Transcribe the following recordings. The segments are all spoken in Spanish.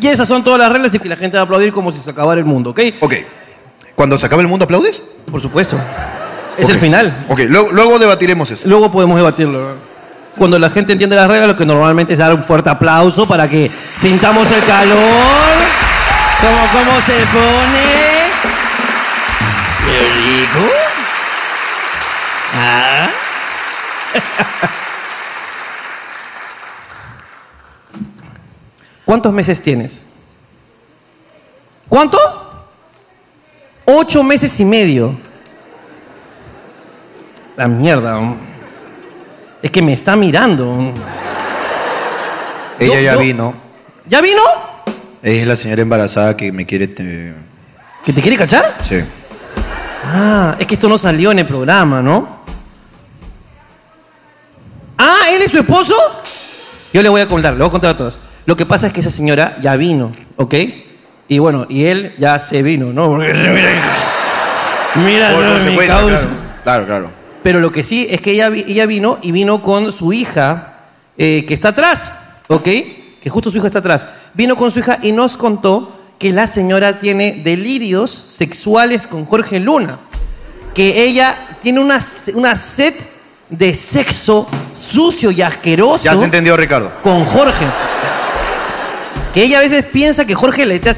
Y esas son todas las reglas y la gente va a aplaudir como si se acabara el mundo, ¿ok? Ok. ¿Cuando se acabe el mundo aplaudes? Por supuesto. Es Ok. el final. Ok, luego, luego debatiremos eso. Luego podemos debatirlo. ¿no? Cuando la gente entiende las reglas, lo que normalmente es dar un fuerte aplauso para que sintamos el calor, como cómo se pone. ¡Qué rico! Ah. ¿Cuántos meses tienes? ¿Cuánto? Ocho meses y medio. La mierda. Es que me está mirando. Ella Yo- ya yo- vino. ¿Ya vino? Ella es la señora embarazada que me quiere. te- ¿Que te quiere cachar? Sí. Ah, es que esto no salió en el programa, ¿no? Ah, ¿él es su esposo? Yo le voy a contar, le voy a contar a todos. Lo que pasa es que esa señora ya vino, ¿ok? Y bueno, y él ya se vino, ¿no? Porque se mira. Mira, Por- no, por mi supuesto, causa. claro. claro, claro. Pero lo que sí es que ella, vi- ella vino y vino con su hija, eh, que está atrás, ¿ok? Que justo su hija está atrás. Vino con su hija y nos contó que la señora tiene delirios sexuales con Jorge Luna. Que ella tiene una, se- una sed de sexo sucio y asqueroso Ya se entendió, Ricardo. con Jorge. Que ella a veces piensa que Jorge le está...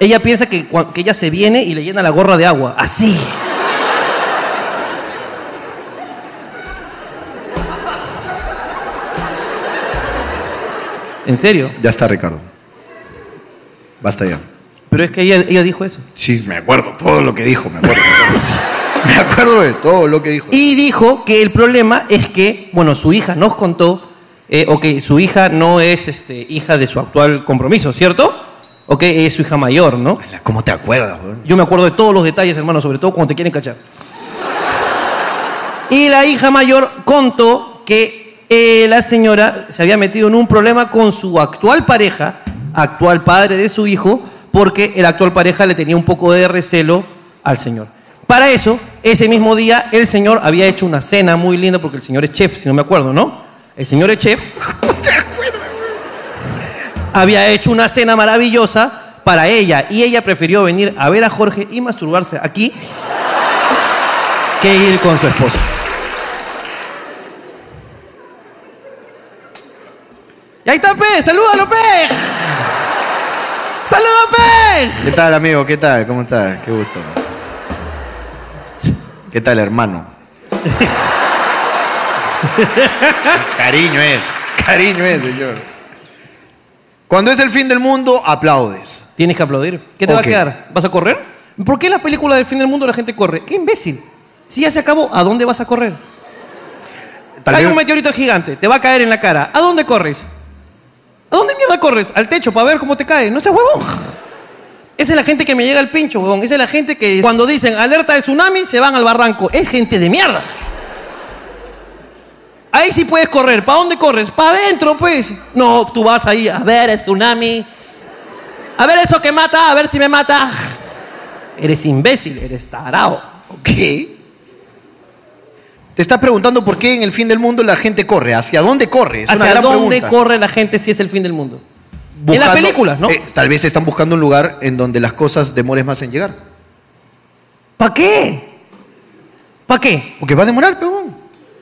Ella piensa que, cua- que ella se viene y le llena la gorra de agua. Así. ¿En serio? Ya está, Ricardo. Basta ya. Pero es que ella, ella dijo eso. Sí, me acuerdo todo lo que dijo, me acuerdo. me acuerdo de todo lo que dijo. Y dijo que el problema es que, bueno, su hija nos contó, eh, ok, su hija no es este, hija de su actual compromiso, ¿cierto? Ok, es su hija mayor, ¿no? ¿Cómo te acuerdas, weón? Yo me acuerdo de todos los detalles, hermano, sobre todo cuando te quieren cachar. Y la hija mayor contó que eh, la señora se había metido en un problema con su actual pareja, actual padre de su hijo, porque el actual pareja le tenía un poco de recelo al señor. Para eso, ese mismo día, el señor había hecho una cena muy linda, porque el señor es chef, si no me acuerdo, ¿no? El señor es chef había hecho una cena maravillosa para ella y ella prefirió venir a ver a Jorge y masturbarse aquí que ir con su esposo. Y ahí está Pe, salúdalo Pe. Saludo Pe. ¿Qué tal, amigo? ¿Qué tal? ¿Cómo estás? Qué gusto. ¿Qué tal, hermano? Cariño es. Cariño es, señor. Cuando es el fin del mundo, aplaudes. Tienes que aplaudir. ¿Qué te va a Ok. quedar? ¿Vas a correr? ¿Por qué en la película del fin del mundo la gente corre? ¡Qué imbécil! Si ya se acabó, ¿a dónde vas a correr? Tal Hay vez- un meteorito gigante, te va a caer en la cara. ¿A dónde corres? ¿A dónde mierda corres? Al techo para ver cómo te cae. No seas huevón. Esa es la gente que me llega al pincho, huevón. Esa es la gente que cuando dicen alerta de tsunami se van al barranco. Es gente de mierda. Ahí sí puedes correr. ¿Para dónde corres? Para adentro, pues. No, tú vas ahí a ver el tsunami. A ver eso que mata, a ver si me mata. Eres imbécil, eres tarao. ¿Qué? Te estás preguntando por qué en el fin del mundo la gente corre. ¿Hacia dónde corre? Es una ¿Hacia gran dónde pregunta. corre la gente si es el fin del mundo? en las Buscando- películas, ¿no? eh, tal vez están buscando un lugar en donde las cosas demores más en llegar. ¿Para qué? ¿Para qué? Porque va a demorar, pegón.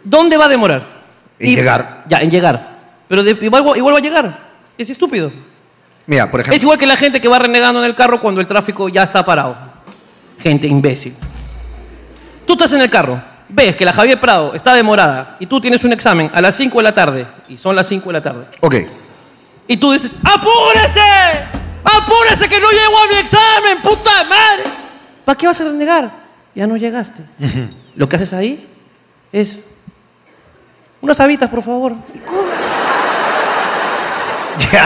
¿Dónde va a demorar? En llegar. Ya, en llegar. Pero de- igual, igual va a llegar. Es estúpido. Mira, por Es ejemplo, igual que la gente que va renegando en el carro cuando el tráfico ya está parado. Gente imbécil. Tú estás en el carro, ves que la Javier Prado está demorada y tú tienes un examen a las 5 de la tarde, y son las 5 de la tarde, ok. y tú dices, ¡apúrese! ¡Apúrese que no llego a mi examen, puta madre! ¿Para qué vas a renegar? Ya no llegaste. Lo que haces ahí es unas habitas, por favor. ¿Ya?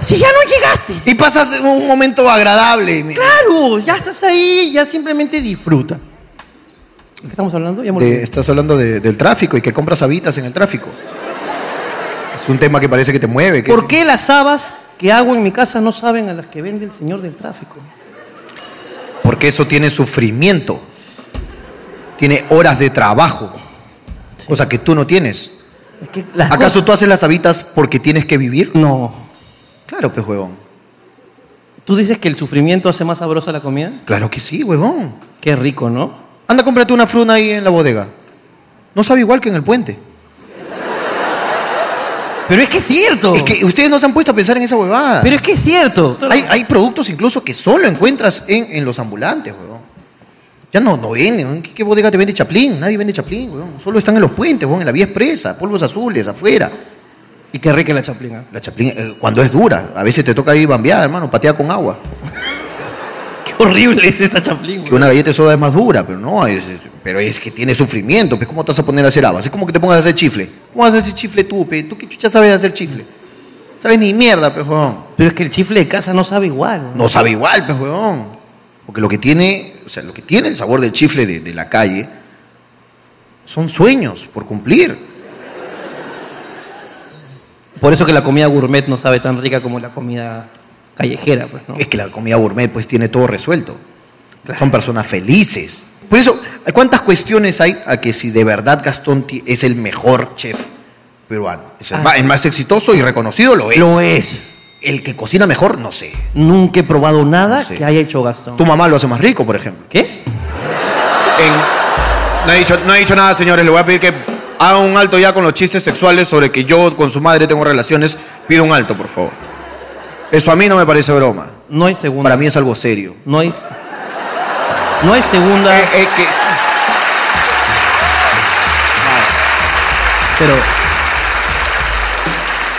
Si ya no llegaste. Y pasas un momento agradable. mi- Claro, ya estás ahí, ya simplemente disfruta. ¿De qué estamos hablando? Ya me De- olvidé. estás hablando de- del tráfico y que compras habitas en el tráfico. Es un tema que parece que te mueve. que ¿Por es- qué las habas que hago en mi casa no saben a las que vende el señor del tráfico? Porque eso tiene sufrimiento. tiene horas de trabajo, cosa que tú no tienes. Es que las ¿Acaso cosas- tú haces las habitas porque tienes que vivir? No. Claro, pues, huevón. ¿Tú dices que el sufrimiento hace más sabrosa la comida? Claro que sí, huevón. Qué rico, ¿no? Anda, cómprate una fruna ahí en la bodega. No sabe igual que en el puente. Pero es que es cierto. Es que ustedes no se han puesto a pensar en esa huevada. Pero es que es cierto. Hay, hay productos incluso que solo encuentras en, en los ambulantes, weón. Ya no, no venden. weón. ¿Qué, qué bodega te vende Chaplin? Nadie vende Chaplin, weón. Solo están en los puentes, weón, en la vía expresa, polvos azules, afuera. Y qué rica la ¿ah? chaplina. La Chaplin, eh, cuando es dura, a veces te toca ahí bambear, hermano, patear con agua. Qué horrible es esa chaplina. Que una galleta de soda es más dura, pero no, es, es- pero es que tiene sufrimiento. Pues, ¿Cómo te vas a poner a hacer habas? Es como que te pongas a hacer chifle. ¿Cómo vas a hacer chifle tú, pe? ¿Tú qué chucha sabes hacer chifle? Sabes ni mierda, pe, weón. Pero es que el chifle de casa no sabe igual. No sabe igual, pues, weón. Porque lo que tiene, o sea, lo que tiene el sabor del chifle de, de la calle son sueños por cumplir. Por eso que la comida gourmet no sabe tan rica como la comida callejera, pues, ¿no? Es que la comida gourmet, pues, tiene todo resuelto. Son personas felices. Por eso, ¿cuántas cuestiones hay a que si de verdad Gastón ti- es el mejor chef peruano? Es el, Ah. más, el más exitoso y reconocido lo es. Lo es. El que cocina mejor, no sé. Nunca he probado nada Sí. que haya hecho Gastón. Tu mamá lo hace más rico, por ejemplo. ¿Qué? En- No, he dicho, no he dicho nada, señores. Le voy a pedir que haga un alto ya con los chistes sexuales sobre que yo con su madre tengo relaciones. Pido un alto, por favor. Eso a mí no me parece broma. No hay segunda. Para mí es algo serio. No hay. No hay segunda, Eh, eh, que- pero.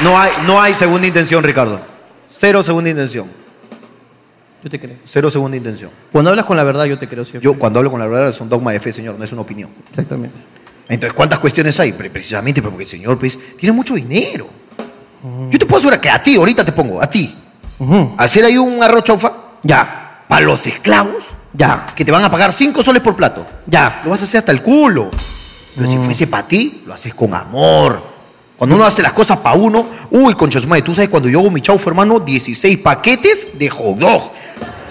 no, hay, no hay segunda intención, Ricardo. Cero segunda intención. Yo te creo. Cero segunda intención. Cuando hablas con la verdad, yo te creo siempre. Yo cuando hablo con la verdad es un dogma de fe, señor, no es una opinión. Exactamente. Entonces, ¿cuántas cuestiones hay? Pre- Precisamente porque el señor pues, tiene mucho dinero. Yo te puedo asegurar que a ti, ahorita te pongo, a ti, Ujú. hacer ahí un arroz chaufa Ya, para los esclavos ya, que te van a pagar 5 soles por plato. ya. Mm. Lo vas a hacer hasta el culo. Pero si fuese para ti, lo haces con amor. Cuando uno hace las cosas para uno, uy, concha de su madre, tú sabes cuando yo hago mi chaufa, hermano, 16 paquetes de hot dog.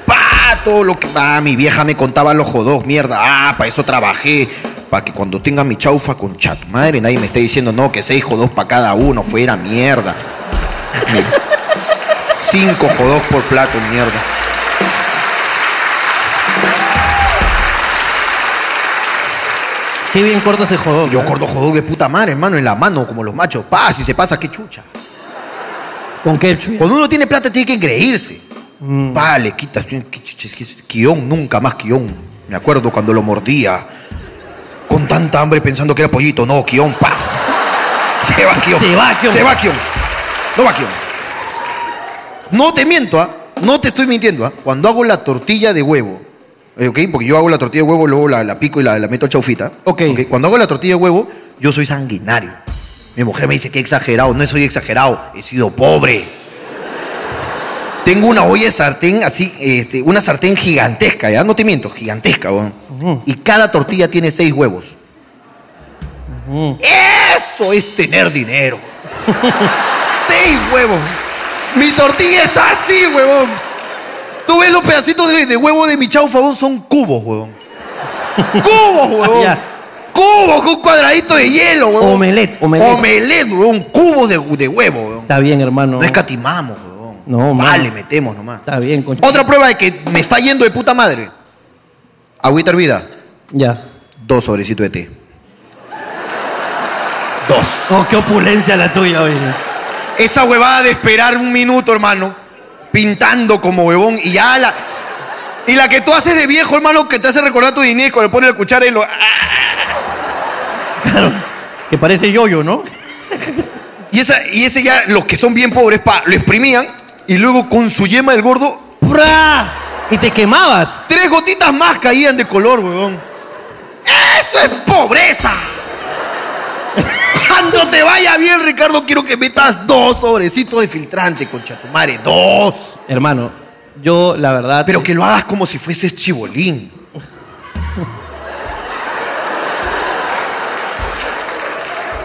Pa, todo lo que. Ah, mi vieja me contaba los hot dog, mierda. Ah, para eso trabajé. Para que cuando tenga mi chaufa con chat madre, nadie me esté diciendo, no, que 6 hot para cada uno, fuera mierda. 5 hot dog por plato, mierda. Qué bien corto ese jodón. Yo ¿eh? corto hot dog de puta madre, hermano, en la mano, como los machos. Pa, si se pasa, qué chucha. Con ketchup. Cuando uno tiene plata, tiene que engreírse. Mm. Pa, le quitas. qué chucha, es que es- Guión, nunca más guión. Me acuerdo cuando lo mordía. Con tanta hambre pensando que era pollito. No, guión, pa. Se va guión. Se va, guión. Se va guión. No va guión. No te miento, ¿ah? No te estoy mintiendo, ¿ah? Cuando hago la tortilla de huevo. eh, ¿Ok? Porque yo hago la tortilla de huevo, luego la, la pico y la, la meto a chaufita. ¿ah? Ok. ok. Cuando hago la tortilla de huevo, yo soy sanguinario. Mi mujer me dice que exagerado. No soy exagerado. He sido pobre. Tengo una olla de sartén así, este, una sartén gigantesca, ya no te miento, gigantesca, weón. Ujú. Y cada tortilla tiene seis huevos. ¡Eh! Ujú. Eso es tener dinero. seis huevos. Mi tortilla es así, huevón. Tú ves los pedacitos de, de huevo de mi chaufa, weón, son cubos, huevón. cubos, huevón. Ya. Cubos con un cuadradito de hielo, huevón. Omelet, omelet. Omelet, huevón. Cubos de, de huevo, huevón. Está bien, hermano. No escatimamos, huevón. No, mano. Vale, metemos nomás. Está bien, con Otra prueba de que me está yendo de puta madre. Agüita hervida, Ya. dos sobrecitos de té. Dos. Oh, qué opulencia la tuya, oye. Esa huevada de esperar un minuto, hermano, pintando como huevón y ya la... Y la que tú haces de viejo, hermano, que te hace recordar tu dinero y cuando le pones la cuchara y lo... Que parece yoyo, ¿no? Y, esa, y ese ya, los que son bien pobres, pa, lo exprimían y luego con su yema del gordo, ¡Pra! Y te quemabas. tres gotitas más caían de color, huevón. ¡Eso es pobreza! Cuando te vaya bien, Ricardo, quiero que metas dos sobrecitos de filtrante, concha tu madre. Dos. Hermano, yo la verdad. Pero que lo hagas como si fueses chibolín.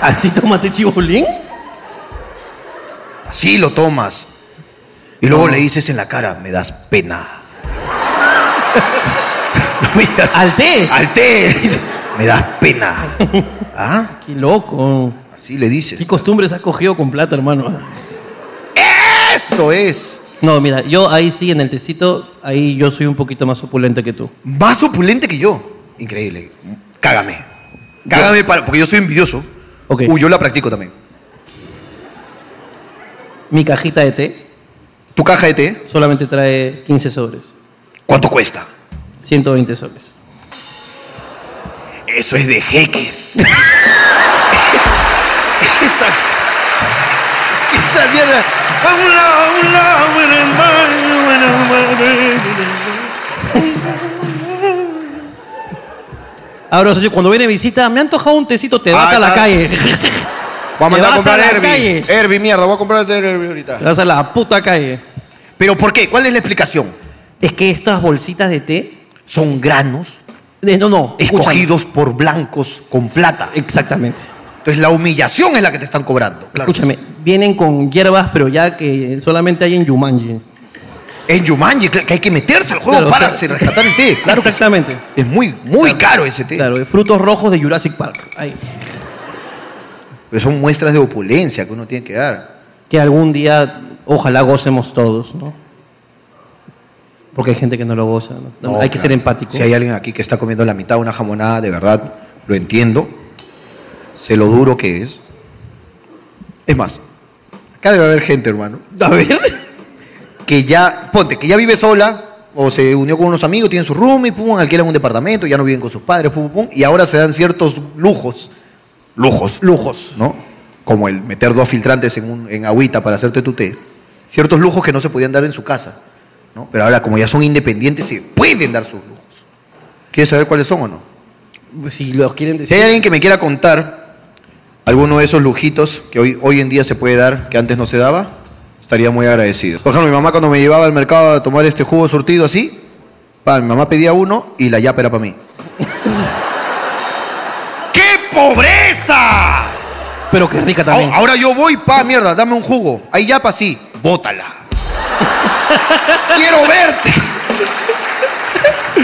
¿Así tomaste chibolín? Así lo tomas. Y luego le dices en la cara, me das pena. Lo miras. Al té. Al té. Me das pena. ¿Ah? Qué loco. Así le dices. ¿Qué costumbres has cogido con plata, hermano? Eso es. No, mira, yo ahí sí, en el tecito, ahí yo soy un poquito más opulente que tú. Más opulente que yo. Increíble. Cágame. Cágame para- porque yo soy envidioso. Ok. Uy, yo la practico también. Mi cajita de té ¿Tu caja de té? solamente trae 15 sobres, ¿Cuánto cuesta? 120 sobres. Eso es de jeques. esa, esa mierda. Ahora, socio, cuando viene visita, me ha antojado un tecito, te Ah, vas a la está. calle. Voy a Te mandar vas a comprar a la Herbie. calle. Herbie, mierda, voy a comprar el Herbie ahorita. Te vas a la puta calle. ¿Pero por qué? ¿Cuál es la explicación? Es que estas bolsitas de té, Son granos eh, no, no, escúchame. escogidos por blancos con plata. Exactamente. Entonces la humillación es la que te están cobrando. Claro que Escúchame, vienen con hierbas, pero ya que solamente hay en Yumanji. sí. En Jumanji, cl- que hay que meterse al juego Claro, o para sea- se- rescatar el té. Claro que sí. Exactamente. Es muy, muy caro ese té. Claro, frutos rojos de Jurassic Park. Ahí. Pero Pues son muestras de opulencia que uno tiene que dar. Que algún día, ojalá gocemos todos, ¿no? Porque hay gente que no lo goza. ¿no? No, hay que claro. ser empático. Si hay alguien aquí que está comiendo la mitad de una jamonada, de verdad, lo entiendo. Sé lo duro que es. Es más, acá debe haber gente, hermano, A ver. que ya, ponte, que ya vive sola, o se unió con unos amigos, tienen su room y pum, alquilan un departamento, ya no viven con sus padres, pum, pum, pum, y ahora se dan ciertos lujos. Lujos. Lujos. ¿no? Como el meter dos filtrantes en, un- en agüita para hacerte tu té. Ciertos lujos que no se podían dar en su casa, ¿no? Pero ahora, como ya son independientes, se pueden dar sus lujos. ¿Quieres saber cuáles son o no? Pues, Si los quieren Si decir. hay alguien que me quiera contar alguno de esos lujitos que hoy, hoy en día se puede dar, que antes no se daba, estaría muy agradecido. Por ejemplo, mi mamá cuando me llevaba al mercado a tomar este jugo surtido así, pa, mi mamá pedía uno y la yapa era para mí. ¡Qué pobreza! Pero que rica también. Ahora, ahora yo voy, pa, mierda, dame un jugo. Ahí ya pa, sí. Bótala. Quiero verte.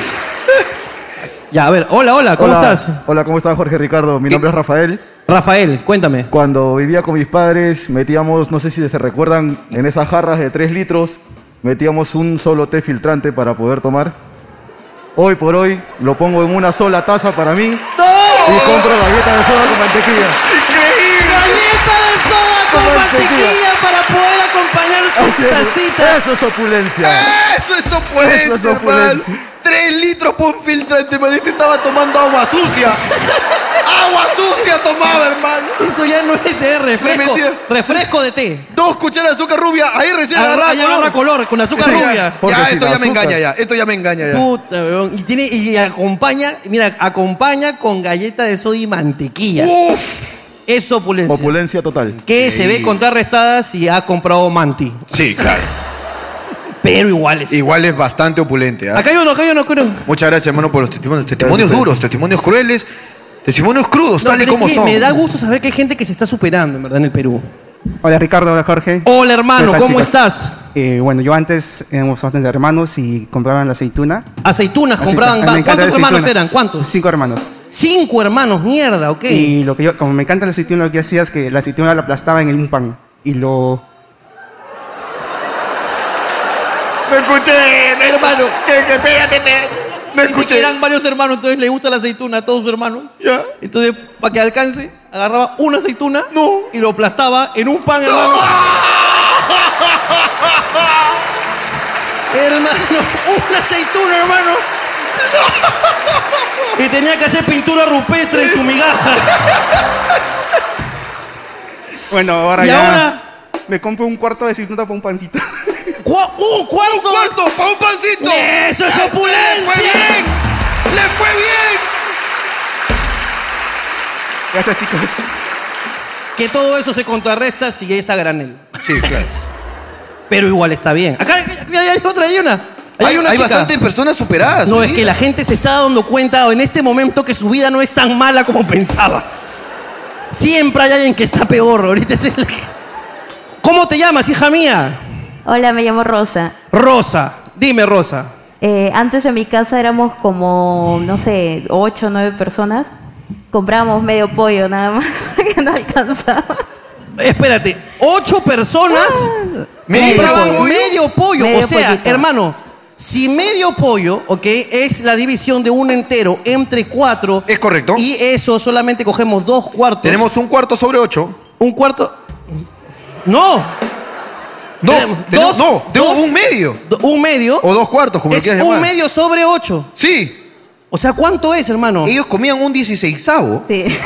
Ya, a ver. Hola, hola, ¿cómo Hola, estás? Hola, ¿cómo estás, Jorge Ricardo? Mi nombre es Rafael. Rafael, cuéntame. Cuando vivía con mis padres, metíamos, no sé si se recuerdan, en esas jarras de 3 litros, metíamos un solo té filtrante para poder tomar. Hoy por hoy lo pongo en una sola taza para mí y compro galletas de soda con mantequilla. con Con mantequilla. mantequilla para poder acompañar Así su es. tacita. Eso es opulencia. Eso es Eso opulencia, es opulencia. hermano. Tres litros por filtrante, man. Este estaba tomando agua sucia. agua sucia tomaba, hermano. Eso ya no es de refresco. metí- Refresco de té. Dos cucharas de azúcar rubia. Ahí recién Agarra, agarraba ahí agarra color. color con azúcar Sí, rubia. ya, Porque ya, sin esto ya me azúcar. engaña ya. Esto ya me engaña ya. Puta, weón. Y tiene, y acompaña, mira, acompaña con galleta de soda y mantequilla. Uf. Es opulencia. Opulencia total. que se ve contrarrestada si ha comprado manti. Sí, claro. Pero igual es. Igual es bastante opulente. ¿ah? Acá hay uno, acá hay uno, acá hay uno. Muchas gracias, hermano, por los testimonios. Testimonios Gracias. duros, testimonios crueles, testimonios crudos, No, tal y pero como es que son. me da gusto saber que hay gente que se está superando, en verdad, en el Perú. Hola Ricardo, hola Jorge. Hola, hermano, ¿Qué tal, ¿cómo chicos? estás? Eh, bueno, yo antes éramos bastante hermanos y compraban la aceituna. Aceitunas Ah, compraban. Aceituna. ba- Me encanta ¿Cuántos la hermanos aceituna. eran? ¿Cuántos? Cinco hermanos. Cinco hermanos, mierda, ok. Y lo que yo, como me encanta la aceituna, lo que hacía es que la aceituna la aplastaba en un pan y lo... No escuché, hermano. Espérate, no Dice que eran varios hermanos, entonces le gusta la aceituna a todos sus hermanos. Ya. Entonces, para que alcance, agarraba una aceituna y lo aplastaba en un pan, hermano. hermano, una aceituna, hermano. Y tenía que hacer pintura rupestre en su migaja. Bueno, ahora ¿Y ya... ahora? Me compro un cuarto de aceituna para un pancito. ¿Cuál, uh, cuarto? ¡Cuarto, pa' un pancito! ¡Eso es ¡Le fue opulencia! bien! ¡Le fue bien! Gracias chicos. Que todo eso se contrarresta si es a granel. Sí, claro. Pero igual está bien. Acá hay, hay- hay otra, hay una. Ahí Hay, Hay, una hay chica. bastantes personas superadas. No, ¿sí? es que la gente se está dando cuenta en este momento que su vida no es tan mala como pensaba. Siempre hay alguien que está peor. Ahorita es el- ¿Cómo te llamas, hija mía? Hola, me llamo Rosa. Rosa. Dime, Rosa. Eh, antes en mi casa éramos como, no sé, ocho o nueve personas. Comprábamos medio pollo nada más porque no alcanzaba. Espérate, ocho personas ¿Medio compraban pollo? medio pollo. Medio o sea, pollito. hermano, si medio pollo, ok, es la división de un entero entre cuatro. Es correcto. Y eso solamente cogemos dos cuartos. Tenemos un cuarto sobre ocho. un cuarto. No, No, Tenemos tenemos- dos, no, tenemos dos. un medio. do- un medio. O dos cuartos, como lo es quieras un llamar. medio sobre ocho. Sí. O sea, ¿cuánto es, hermano? Ellos comían un dieciséisavo. Sí.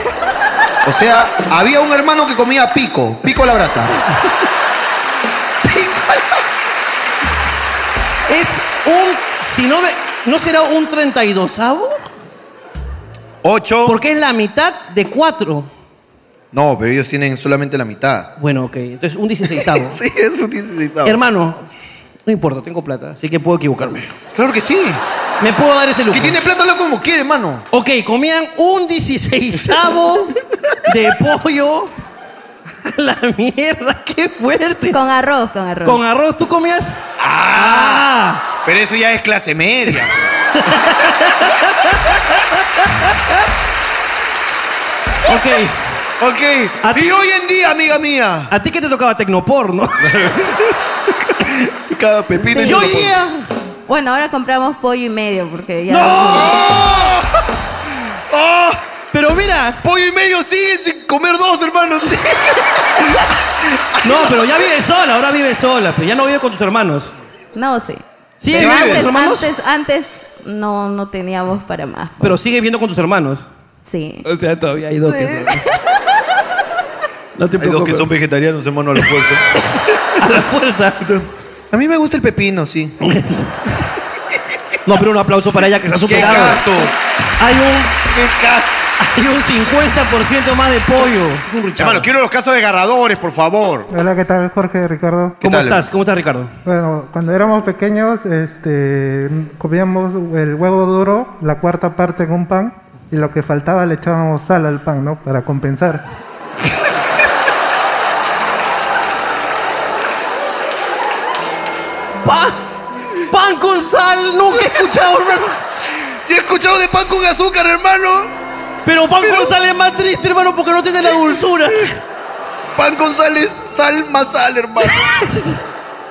O sea, había un hermano que comía pico, pico a la brasa. Pico a la- Es un. Si no me. ¿No será un 32 avo? Ocho. Porque es la mitad de cuatro. No, pero ellos tienen solamente la mitad. Bueno, ok. Entonces, un 16 avo. Sí, es un dieciséisavo. Hermano, no importa, tengo plata, así que puedo equivocarme. Claro que sí. Me puedo dar ese lujo. Que tiene plata, habla como quiere, hermano. Ok, comían un 16 de pollo. A La mierda, qué fuerte. Con arroz, con arroz. Con arroz, ¿tú comías? ¡Ah! Pero eso ya es clase media. Ok. A ok. ti- Y hoy en día, amiga mía. A ti que te tocaba tecnoporno. Cada pepino. Y hoy día. Bueno, ahora compramos pollo y medio porque ya. ¡No! ¡Ah! Pero mira. Pollo y medio sigue sin comer dos, hermanos. No, pero ya vive sola, ahora vive sola. Pero ya no vive con tus hermanos. No, sí. Sí, Pero vive con antes, tus hermanos. antes, antes no, no teníamos para más. pues. Pero sigue viviendo con tus hermanos. Sí. O sea, todavía hay dos que son. No te preocupes. vegetarianos, hermano, a la fuerza. A la fuerza. A mí me gusta el pepino, sí. No, pero un aplauso para ella que se ha superado. Hay un, ¡Qué caso! hay un 50% más de pollo. Hermano, quiero los casos de agarradores, por favor. Hola, ¿qué tal, Jorge, Ricardo? ¿Cómo tal? estás? ¿Cómo estás, Ricardo? Bueno, cuando éramos pequeños, este, comíamos el huevo duro, la cuarta parte en un pan, y lo que faltaba le echábamos sal al pan, ¿no? Para compensar. ¡Pan! ¡Pan con sal! Nunca he escuchado, hermano. Yo he escuchado de pan con azúcar, hermano. Pero pan con sal es más triste, hermano, porque no tiene la dulzura. Pan con sal es sal más sal, hermano.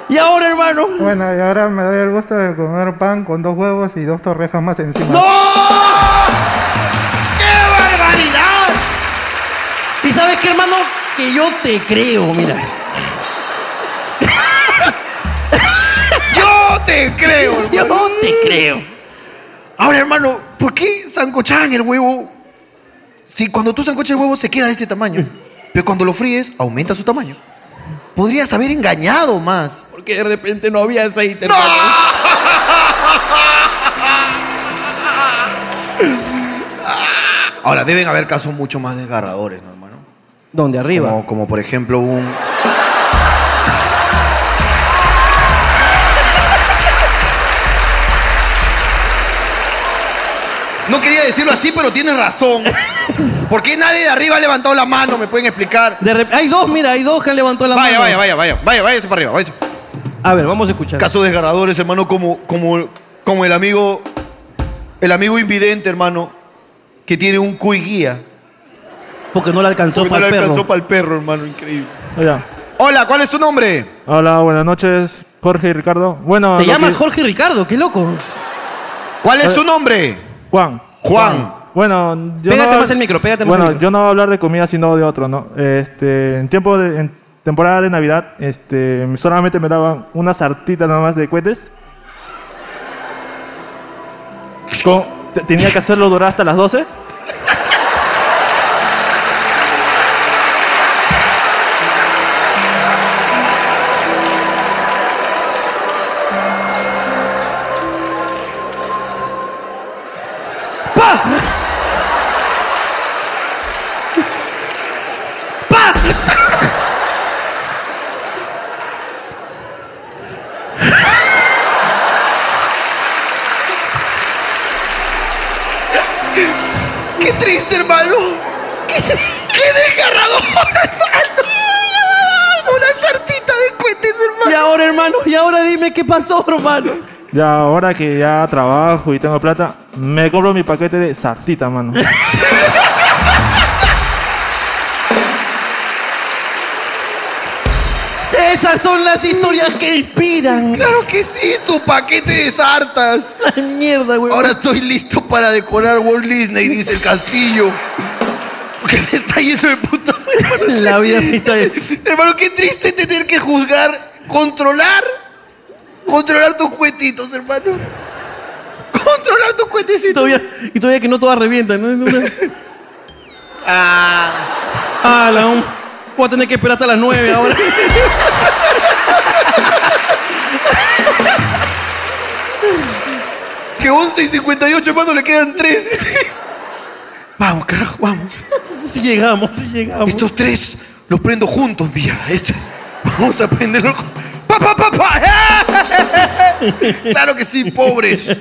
Y ahora, hermano. Bueno, y ahora me doy el gusto de comer pan con dos huevos y dos torrejas más encima. ¡No! ¡Qué barbaridad! ¿Y sabes qué, hermano? Que yo te creo, mira. ¡Yo te creo, Yo hermano! Mm. te creo. Ahora, hermano, ¿por qué sancochaban el huevo? Si cuando tú sancochas el huevo se queda de este tamaño, pero cuando lo fríes aumenta su tamaño. Podrías haber engañado más. Porque de repente no había aceite. ¡No! hermano. Ahora, deben haber casos mucho más desgarradores, ¿no, hermano? ¿Dónde? Arriba. Como, como por ejemplo un... No quería decirlo así, pero tienes razón. ¿Por qué nadie de arriba ha levantado la mano? ¿Me pueden explicar? De rep- hay dos, mira, hay dos que han levantado la Vaya, mano. vaya, vaya, vaya, vaya, váyase para arriba, váyase. A ver, vamos a escuchar. Casos desgarradores, hermano, como, como, como el amigo, el amigo invidente, hermano, que tiene un cuy guía. Porque no la alcanzó Porque no para le el alcanzó perro. para el perro, hermano, increíble. Hola. Hola, ¿cuál es tu nombre? Hola, buenas noches, Jorge y Ricardo. Bueno, Te lo llamas que- Jorge Ricardo, qué loco. ¿Cuál es tu nombre? Juan. Juan. Bueno, yo Pégate no- más el micro, pégate más Bueno, el micro. yo no voy a hablar de comida sino de otro, ¿no? Este, en tiempo de en temporada de Navidad, este, solamente me daban una sartita nada más de cohetes. Con- te- tenía que hacerlo durar hasta las 12. Qué triste, hermano. Qué, qué desgarrador, hermano. Una sartita de cuentes, hermano. Y ahora, hermano, y ahora dime qué pasó, hermano. Ya ahora que ya trabajo y tengo plata, me compro mi paquete de sartita, mano. Esas son las historias que inspiran. Claro que sí, tu paquete de sartas. La mierda, weón. Ahora estoy listo para decorar Walt Disney, dice el castillo. Porque me está yendo de puta madre. la vida me está... Hermano, qué triste tener que juzgar, controlar, controlar tus cuetitos, hermano. Controlar tus Y cuetecitos. todavía, y todavía que no todas revientan, ¿no? Una- Ah, Ah, la un- Voy a tener que esperar hasta las 9 ahora. que 11 y 58, hermano, le quedan 3. Vamos, carajo, vamos. Si llegamos, si llegamos. Estos tres los prendo juntos, mierda. Este- vamos a prenderlos. con- ¡Pa, pa, pa, pa! ¡Eh! claro que sí, pobres.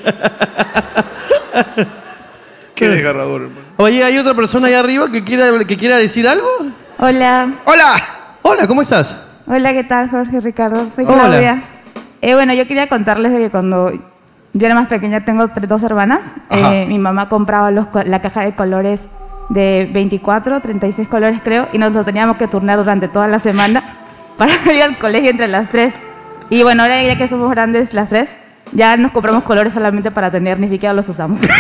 Qué desgarrador, hermano. Oye, hay otra persona allá arriba que quiera, que quiera decir algo. Hola. ¡Hola! Hola, ¿cómo estás? Hola, ¿qué tal, Jorge Ricardo? Soy Hola. Claudia. Eh, bueno, yo quería contarles que cuando yo era más pequeña, tengo tres- dos hermanas. Ajá. eh, mi mamá compraba los co- la caja de colores de 24, 36 colores, creo, y nos lo teníamos que turnar durante toda la semana para ir al colegio entre las tres. Y bueno, ahora ya que somos grandes las tres, ya nos compramos colores solamente para tener, ni siquiera los usamos. Eso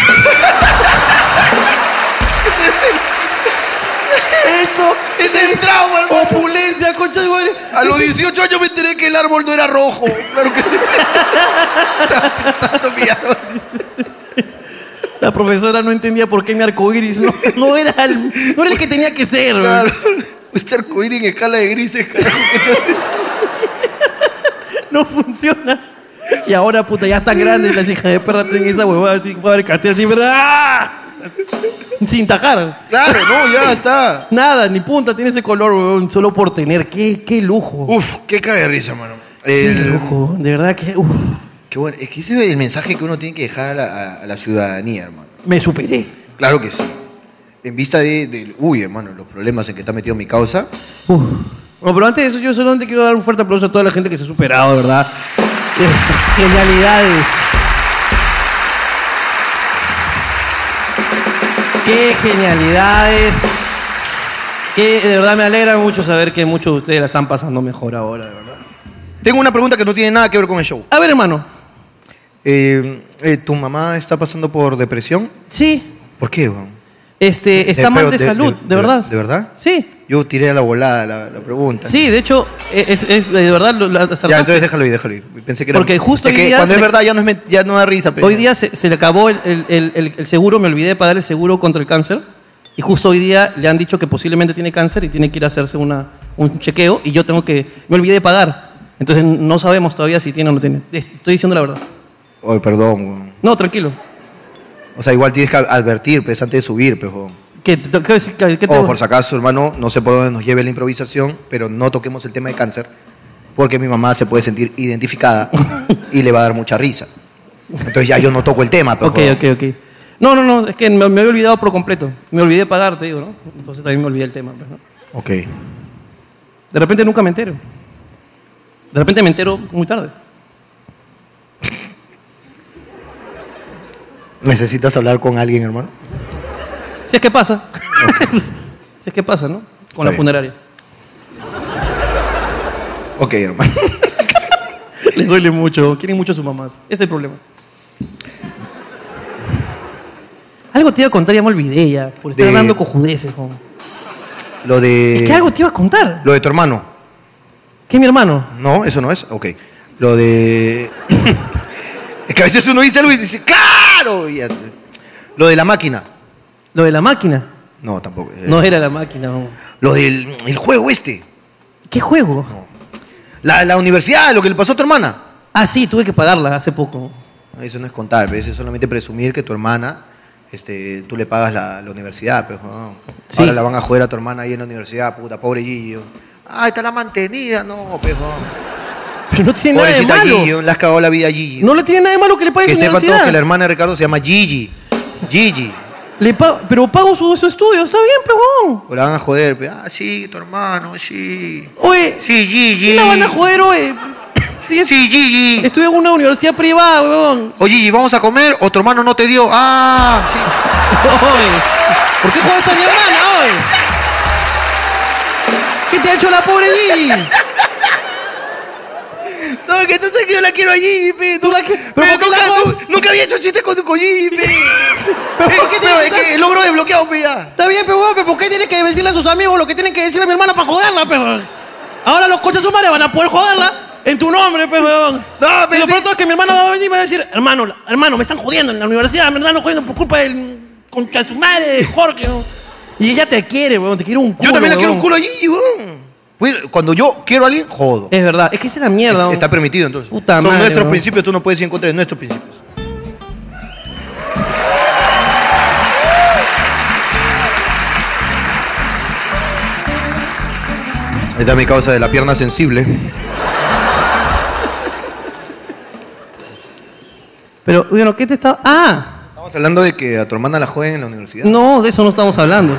¡Ese es el trauma, hermano! opulencia, concha de madre. A los 18 años me enteré que el árbol no era rojo. Claro que sí. Estaba pintando mi árbol. La profesora no entendía por qué mi arcoíris no, no era el, no era el que tenía que ser. Claro. Este arcoíris en escala de grises, carajo. ¿Qué te haces? No funciona. Y ahora, puta, ya están grandes las hijas de perra tienen esa huevada así, padre castel, así, ¿verdad? ¡Ah! Sin tajar. Claro, no, ya está. Nada, ni punta tiene ese color, huevón, solo por tener. ¡Qué, qué lujo! Uf, qué caga de risa, hermano. ¡Qué El- lujo! De verdad que uf, Qué bueno, es que ese es el mensaje que uno tiene que dejar a la, a- a la ciudadanía, hermano. me superé. Claro que sí. En vista de, de- uy, hermano, los problemas en que está metido mi causa. Uf. Bueno, pero antes de eso, yo solamente quiero dar un fuerte aplauso a toda la gente que se ha superado, de verdad. Eh, Genialidades. Qué genialidades. Que de verdad me alegra mucho saber que muchos de ustedes la están pasando mejor ahora, de verdad. Tengo una pregunta que no tiene nada que ver con el show. A ver, hermano. Eh, eh, ¿Tu mamá está pasando por depresión? Sí, ¿Por qué, weón? este, está De- mal Eh, pero de, de- salud, de- de, de- verdad. ¿de verdad? Sí. Yo tiré a la volada la, la pregunta. Sí, de hecho, eh, es, es- de verdad lo- la acertaste. Ya, entonces déjalo ir, déjalo ir. Pensé que era- Porque justo es hoy que día Cuando es se- verdad ya no, es men- ya no da risa. pero- Hoy día se, se le acabó el, el- el- el- el seguro, me olvidé de pagar el seguro contra el cáncer. Y justo hoy día le han dicho que posiblemente tiene cáncer y tiene que ir a hacerse una, un chequeo. Y yo tengo que. Me olvidé de pagar. Entonces no sabemos todavía si tiene o no tiene. Es- Estoy diciendo la verdad. Oye, perdón, weón. No, tranquilo. O sea, igual tienes que advertir, pues, antes de subir, pues, weón. ¿Qué, te- qué- qué- qué te- O por si acaso, hermano, no sé por dónde nos lleve la improvisación, pero no toquemos el tema de cáncer, porque mi mamá se puede sentir identificada y le va a dar mucha risa. Entonces ya yo no toco el tema, pues, pero Ok, ok, ok. No, no, no, es que me, me había olvidado por completo. Me olvidé de pagar, te digo, ¿no? Entonces también me olvidé el tema. pues, ¿no? ok. De repente nunca me entero. De repente me entero muy tarde. ¿Necesitas hablar con alguien, hermano? Si es que pasa. si es que pasa, ¿no? Con la bien. funeraria. Ok, hermano. Les duele mucho, quieren mucho a sus mamás. Ese es el problema. Algo te iba a contar, ya me olvidé ya, por estar De- hablando cojudeces. jo. Lo de... Es que algo te iba a contar. Lo de tu hermano. Que mi hermano. No, eso no es. Ok. Lo de... es que a veces uno dice algo y dice, ¡claro! Y ya- Lo de la máquina. Lo de la máquina. No, tampoco. Eh, No era la máquina. jo. Lo del el juego este. ¿Qué juego? La, la universidad, lo que le pasó a tu hermana. Ah, sí, tuve que pagarla hace poco. Eso no es contar, ¿ves? es solamente presumir que tu hermana, este, tú le pagas la, la universidad, pues, weón. Sí. Ahora la van a joder a tu hermana ahí en la universidad, puta, pobre Gillo. Ah, está la mantenida, no, pues, weón. Pero no tiene nada de Pobrecita malo. Gillo, le has cagado la vida a Gillo. No le tiene nada de malo que le pague que la sepan todos universidad. que la hermana de Ricardo se llama Gigi. Gigi. Le pago- pero pago su, su estudio, está bien, pegón. O la van a joder, pues, ah, sí, tu hermano, sí. Oye, Sí, Gigi. ¿qué la van a joder hoy? Sí, es- Sí, Gigi. Estudio en una universidad privada, weón. Oye, Gigi, ¿vamos a comer? O tu hermano no te dio. Ah, sí. Oye, ¿Por qué jodas a mi hermana hoy? ¿Qué te ha hecho la pobre Gigi? No, que tú sabes que yo la quiero a Gigi, pe. ¿Tú la que- pero por qué nunca, la co- nu- nunca había hecho chiste con tu con Gigi, pe. ¿Pero por qué tienes Eh, pero que es estar- que el logro desbloqueado, pe, ya. Está bien, pero, pero ¿por qué tienes que decirle a sus amigos lo que tienen que decirle a mi hermana para joderla, pero? Ahora los coches sumares van a poder joderla en tu nombre, pero. No, Y pero lo sí. pronto es que mi hermana va a venir y va a decir, hermano, la- hermano, me están jodiendo en la universidad, me están jodiendo por culpa del concha de su madre, de Jorge. ¿no? Y ella te quiere, weón, te quiere un culo. Yo también la quiero un weón. culo a Gigi, weón. Pues, Cuando yo quiero a alguien, jodo. Es verdad, es que esa es la mierda. weón. Está permitido entonces. Puta Son madre, nuestros weón. principios, tú no puedes ir en contra de nuestros principios. Esta es mi causa de la pierna sensible. Pero, bueno, ¿qué te está.? Ah, Estamos hablando de que a tu hermana la joden en la universidad. no, de eso no estamos hablando.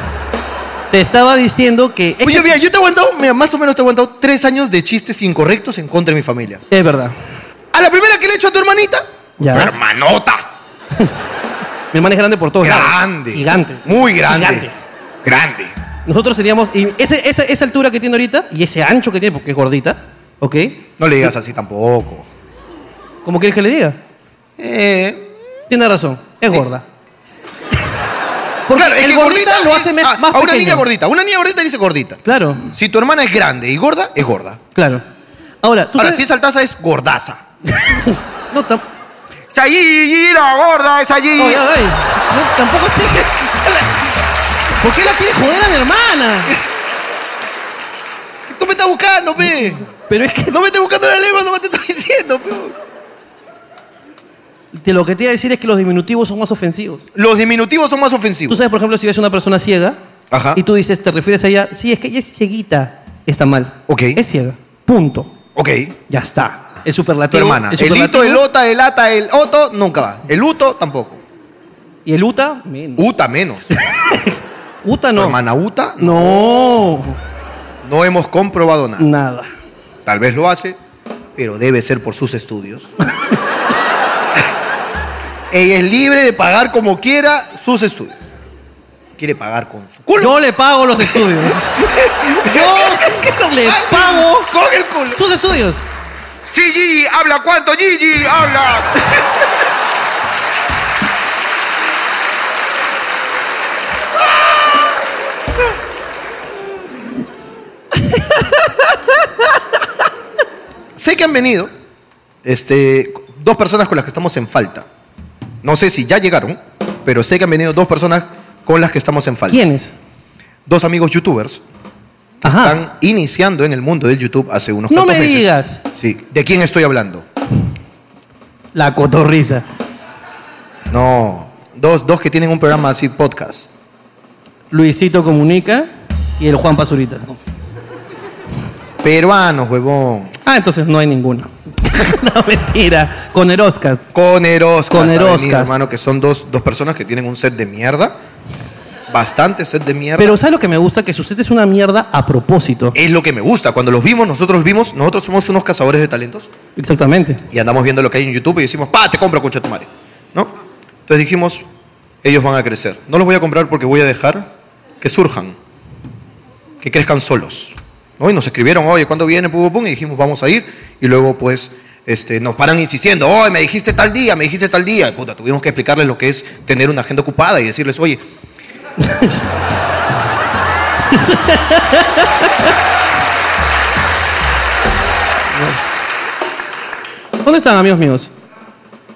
Te estaba diciendo que. Oye, ese- mira, Pues yo te he aguantado, mira, más o menos te he aguantado tres años de chistes incorrectos en contra de mi familia. Es verdad. A la primera que le he hecho a tu hermanita, Ya. tu hermanota, Mi hermana es grande por todos lados. grande. Gigante. Muy grande. Gigante. Grande. Nosotros teníamos. Y ese- esa, esa altura que tiene ahorita y ese ancho que tiene, porque es gordita, ¿ok? No le digas así tampoco. ¿Cómo quieres que le diga? Eh, Tiene razón, es gorda. Porque claro, es el que gordita, gordita lo hace mes- a, más a una pequeño. niña gordita. Una niña gordita le dice gordita. Claro, Si tu hermana es grande y gorda, es gorda. claro. Ahora, tú Ahora, sabes- si es altaza, es gordaza. No, tam- Es allí, la gorda, es allí. Ay, ay, ay. No, tampoco es ¿Por qué la quiere joder a mi hermana? Tú me estás buscando, pe. Pero es que No me estés buscando la lengua, no me te estoy diciendo, pe. te- lo que te iba a decir es que los diminutivos son más ofensivos. Los diminutivos son más Tú ofensivos. sabes, por ejemplo, si ves a una persona ciega Ajá. y tú dices, te refieres a ella, sí, es que ella es cieguita, está mal. Ok. Es ciega. Punto. Ok. Ya está. El Tu superlativo. hermana. El hito, superlativo. el ota, el ata, el oto, nunca va. El uto, tampoco. Y el uta, menos. Uta, menos. Uta Tu no. hermana uta, No, no hemos comprobado nada. nada. Tal vez lo hace, pero debe ser por sus estudios. Ella es libre de pagar como quiera sus estudios. Quiere pagar con su culo. Yo le pago los estudios. Yo le pago con el culo. sus estudios. Sí, Gigi, habla cuánto, Gigi, habla. sé que han venido este, dos personas con las que estamos en falta. No sé si ya llegaron, pero sé que han venido dos personas con las que estamos en falta. ¿Quiénes? Dos amigos youtubers Ajá. están iniciando en el mundo del YouTube hace unos No cuantos me meses. digas. Sí. ¿De quién estoy hablando? La cotorriza. No, dos, dos que tienen un programa así, podcast. Luisito Comunica y el Juan Pazurita. Peruanos, huevón. Ah, entonces no hay ninguno. no, mentira. Con el Oscar. Con Eroscas. Con ha venido, Eroscas. hermano, que son dos, dos personas que tienen un set de mierda. Bastante set de mierda. Pero ¿sabes lo que me gusta? Que su set es una mierda a propósito. es lo que me gusta. Cuando los vimos, nosotros vimos, nosotros somos unos cazadores de talentos Exactamente. y andamos viendo lo que hay en YouTube y decimos, pa, te compro, concha de tu madre. ¿No? Entonces dijimos, ellos van a crecer. No los voy a comprar porque voy a dejar que surjan, que crezcan solos. ¿No? Y nos escribieron, oye, ¿cuándo viene? Pum, pum, pum, y dijimos, vamos a ir. Y luego, pues, este, nos paran insistiendo, oye, me dijiste tal día, me dijiste tal día. Puta, tuvimos que explicarles lo que es tener una agenda ocupada y decirles, oye, ¿Dónde están, amigos míos?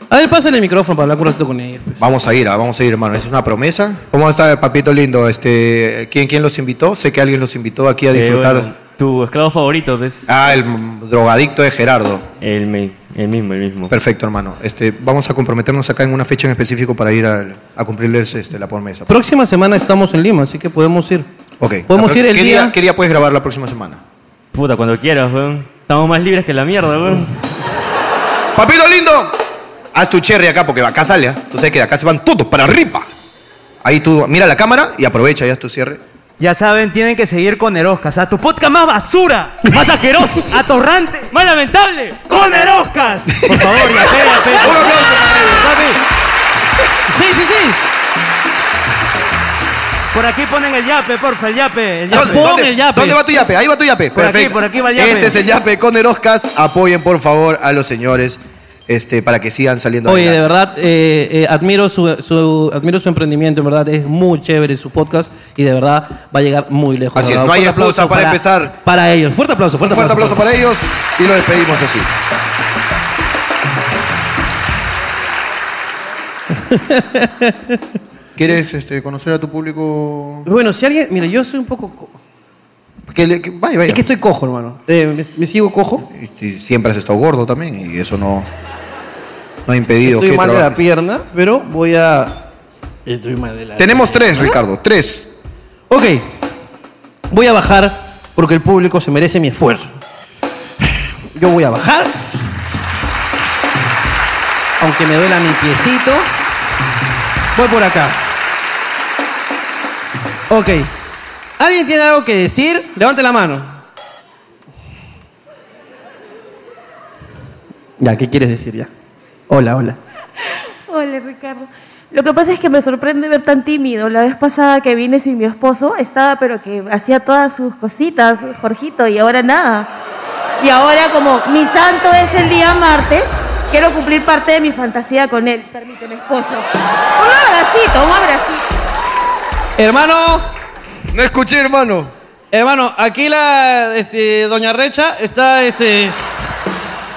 A ver, pásale el micrófono para hablar un ratito con ellos. pues. Vamos a ir, ah, vamos a ir, hermano. Es una promesa. ¿Cómo está, papito lindo? Este, ¿quién, ¿Quién los invitó? Sé que alguien los invitó aquí a Eh, disfrutar. bueno, tu esclavo favorito, ¿ves? Ah, el mm, drogadicto de Gerardo. El, mi- el mismo, el mismo. Perfecto, hermano. Este, vamos a comprometernos acá en una fecha en específico para ir al- a cumplirles este, la promesa. Próxima semana estamos en Lima, así que podemos ir. Ok. Podemos La pro- ir el ¿qué día- ¿Qué día puedes grabar la próxima semana? Puta, cuando quieras, weón. Estamos más libres que la mierda, weón. Papito lindo, haz tu cherry acá porque acá sale. ¿ah? Tú sabes que de acá se van todos para arriba. Ahí tú mira la cámara y aprovecha y haz tu cierre. Ya saben, tienen que seguir con Eroscas. A tu podcast más basura, más asqueroso, atorrante, ¡Más lamentable! con Eroscas. Por favor, ya pega, pega. Un aplauso para él. Sí, sí, sí. Por aquí ponen el yape, porfa, el yape. El ¿Dónde, yape. dónde- ¿Dónde va tu yape? Ahí va tu yape. Por aquí, Perfecto. por aquí va el yape. Este es el yape con Eroscas. Apoyen, por favor, a los señores este, para que sigan saliendo Oye, de adelante. verdad, eh, eh, admiro, su, su- admiro su emprendimiento, en verdad, es muy chévere su podcast y de verdad va a llegar muy lejos. Así es, ¿verdad? no hay Fuerte excusa aplauso para empezar. Para ellos, fuerte aplauso, fuerte, Un fuerte aplauso para ellos y los despedimos así. ¿Quieres este, conocer a tu público? Bueno, si alguien, mira, yo soy un poco... co- Que le- que- vaya, vaya. Es que estoy cojo, hermano. Eh, me, me sigo cojo. Y- y siempre has estado gordo también y eso no, no ha impedido Estoy que mal de la trabajes. pierna, pero voy a... Estoy mal de la Tenemos tres, Ricardo, tres. Ok, voy a bajar porque el público se merece mi esfuerzo. Yo voy a bajar, aunque me duela mi piecito. Voy por acá. Ok, ¿alguien tiene algo que decir? Levante la mano. Ya, ¿qué quieres decir ya? Hola, hola. Hola, Ricardo. Lo que pasa es que me sorprende ver tan tímido. La vez pasada que vine sin mi esposo, estaba, pero que hacía todas sus cositas, Jorgito, y ahora nada. Y ahora, como mi santo es el día martes, quiero cumplir parte de mi fantasía con él. Permíteme, esposo. Un abracito, un abracito. Hermano, No escuché, hermano. Hermano, aquí la este, doña Recha está este.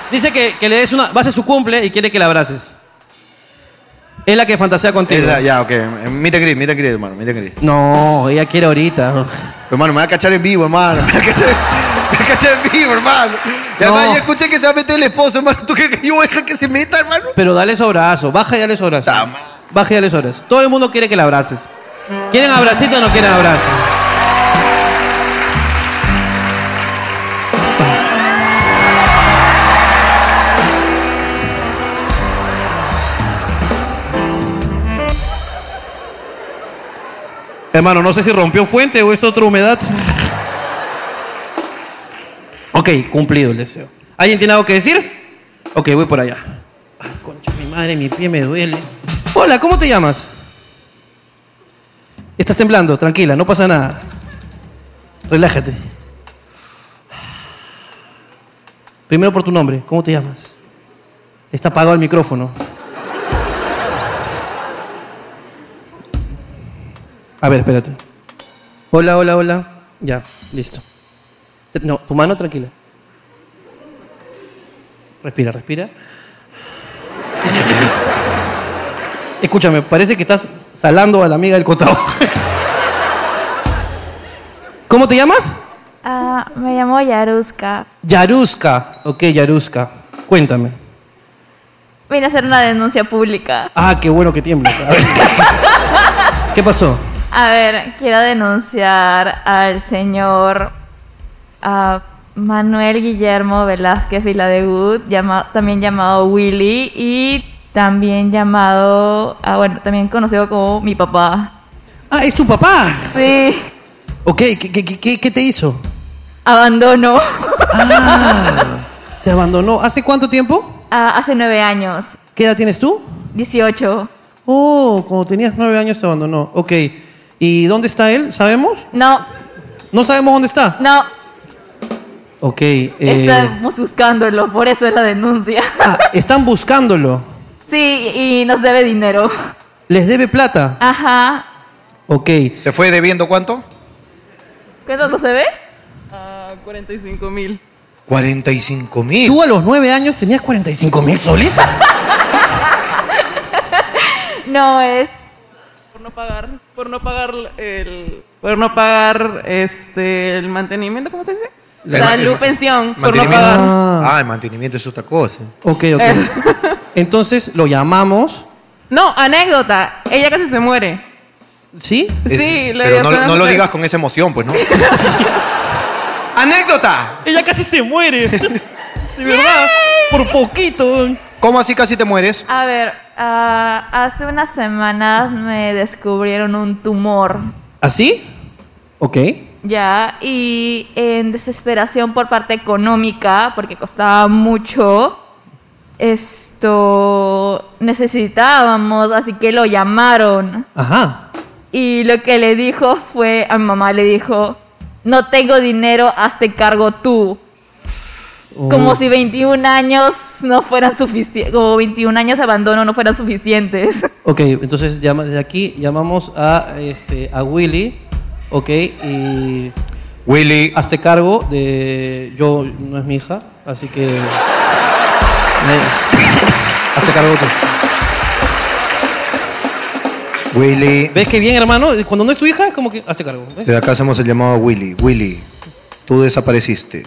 Dice que, que le des una. Va a ser su cumple y quiere que la abraces. Es la que fantasea contigo. Esa- ya, ok. Meet and greet, meet and greet, hermano. Meet and greet. No, ella quiere ahorita. Hermano, me va a cachar en vivo, hermano. Me va a cachar, me va a cachar en vivo, hermano. Y No. además ya escuché que se va a meter el esposo, hermano. ¿Tú crees que yo voy a dejar que se meta, hermano? Pero dale su abrazo. Baja y dale su abrazo. Ta ma- Baja y dale su abrazo. Todo el mundo quiere que la abraces. ¿Quieren abracito o no quieren abrazo? Hermano, no sé si rompió fuente o es otra humedad. Ok, cumplido el deseo. ¿Alguien tiene algo que decir? Ok, voy por allá. Ay, concha, mi madre, mi pie me duele. Hola, ¿cómo te llamas? Estás temblando, tranquila, no pasa nada. Relájate. Primero por tu nombre, ¿cómo te llamas? Está apagado el micrófono. A ver, espérate. Hola, hola, hola. Ya, listo. Eh, No, tu mano tranquila. Respira, respira. Escúchame, parece que estás salando a la amiga del costado. ¿Cómo te llamas? Ah, me llamo Yaruska. Yaruska. Ok, Yaruska. Cuéntame. Vine a hacer una denuncia pública. Ah, qué bueno que tiemblas. A ver. ¿Qué pasó? A ver, quiero denunciar al señor ah, Manuel Guillermo Velázquez Viladegut, llama- también llamado Willy y también llamado, ah, bueno, también conocido como mi papá. Ah, es tu papá. Sí, Ok, ¿qué, qué- qué- qué- qué te hizo? Ah, abandono Te abandonó. ¿Hace cuánto tiempo? Ah, hace nueve años, ¿Qué edad tienes tú? 18. Oh, cuando tenías nueve años te abandonó. Ok. ¿Y dónde está él? ¿Sabemos? No, No sabemos dónde está. no, Ok. eh, estamos buscándolo, por eso es la denuncia. ah, están buscándolo. Sí, y nos debe dinero. Les debe plata. Ajá. Ok. ¿Se fue debiendo cuánto? ¿Cuánto nos debe? 45 mil. 45 mil. ¿Tú a los nueve años tenías 45 mil soles? Eh, No, es Por no pagar, por no pagar el, por no pagar este el mantenimiento, ¿cómo se dice? El ma- el ma- Mantenimiento. Ah, el mantenimiento es otra cosa. Ok, ok. Entonces lo llamamos. No, anécdota. Ella casi se muere. ¿Sí? Sí, le Pero dio no, una no lo mujer. digas con esa emoción, pues, ¿no? ¡Anécdota! Ella casi se muere. De verdad. Por poquito. ¿Cómo así casi te mueres? A ver, ah, hace unas semanas me descubrieron un tumor, ¿Así? Ok. ¿ya? Y en desesperación por parte económica, porque costaba mucho, esto necesitábamos, así que lo llamaron. Ajá. Y lo que le dijo fue, a mi mamá le dijo, no tengo dinero, hazte cargo tú. Como si 21 años no fueran suficientes, como 21 años de abandono no fueran suficientes. Ok, entonces llama, desde aquí llamamos a, este, a Willy, ok, y... Willy. Hazte cargo de... Yo, no es mi hija, así que... me- hazte cargo tú. Willy. ¿Ves que bien, hermano? Cuando no es tu hija, es como que... Hazte cargo. ¿ves? Desde acá hacemos el llamado a Willy. Willy, tú desapareciste.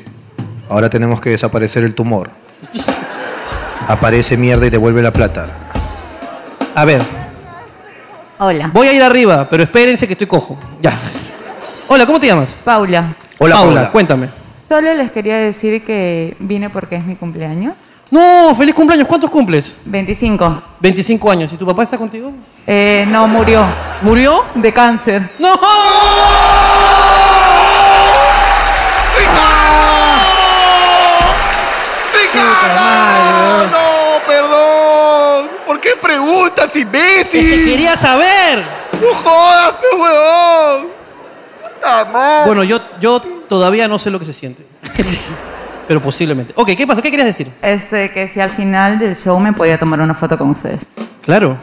Ahora tenemos que desaparecer el tumor. Aparece mierda y devuelve la plata. A ver. Hola. Voy a ir arriba, pero espérense que estoy cojo. Ya. Hola, ¿cómo te llamas? Paula. Hola, Paula. Paula. Cuéntame. Solo les quería decir que vine porque es mi cumpleaños. No, feliz cumpleaños. ¿Cuántos cumples? 25. 25 años. ¿Y tu papá está contigo? Eh, no, murió. ¿Murió? De cáncer. ¡No! ¡Ricardo! ¡No, perdón! ¿Por qué preguntas, imbécil? Es que quería saber. ¡No jodas, pe huevón! ¡Amor! Bueno, yo, yo todavía no sé lo que se siente. pero posiblemente. Ok, ¿qué pasó? ¿Qué querías decir? Este, que si al final del show me podía tomar una foto con ustedes. Claro.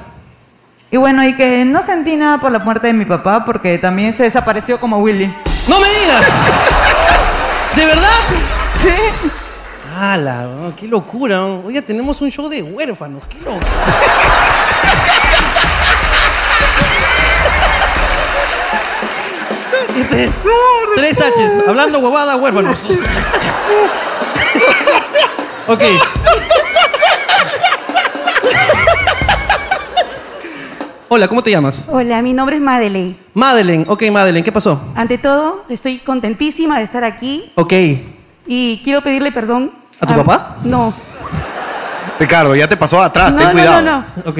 Y bueno, y que no sentí nada por la muerte de mi papá porque también se desapareció como Willy. ¡No me digas! ¿De verdad? Sí. ¡Hala! ¿no? ¡Qué locura! ¿no? Oiga, tenemos un show de huérfanos. ¡Qué locura! Este- Tres H's. Hablando huevada, huérfanos. ok. Hola, ¿cómo te llamas? Hola, mi nombre es Madeleine. Madeleine. Ok, Madeleine, ¿qué pasó? Ante todo, estoy contentísima de estar aquí Ok. y quiero pedirle perdón. ¿A tu papá? No, Ricardo, ya te pasó atrás, No, ten no, cuidado. no, no. Ok.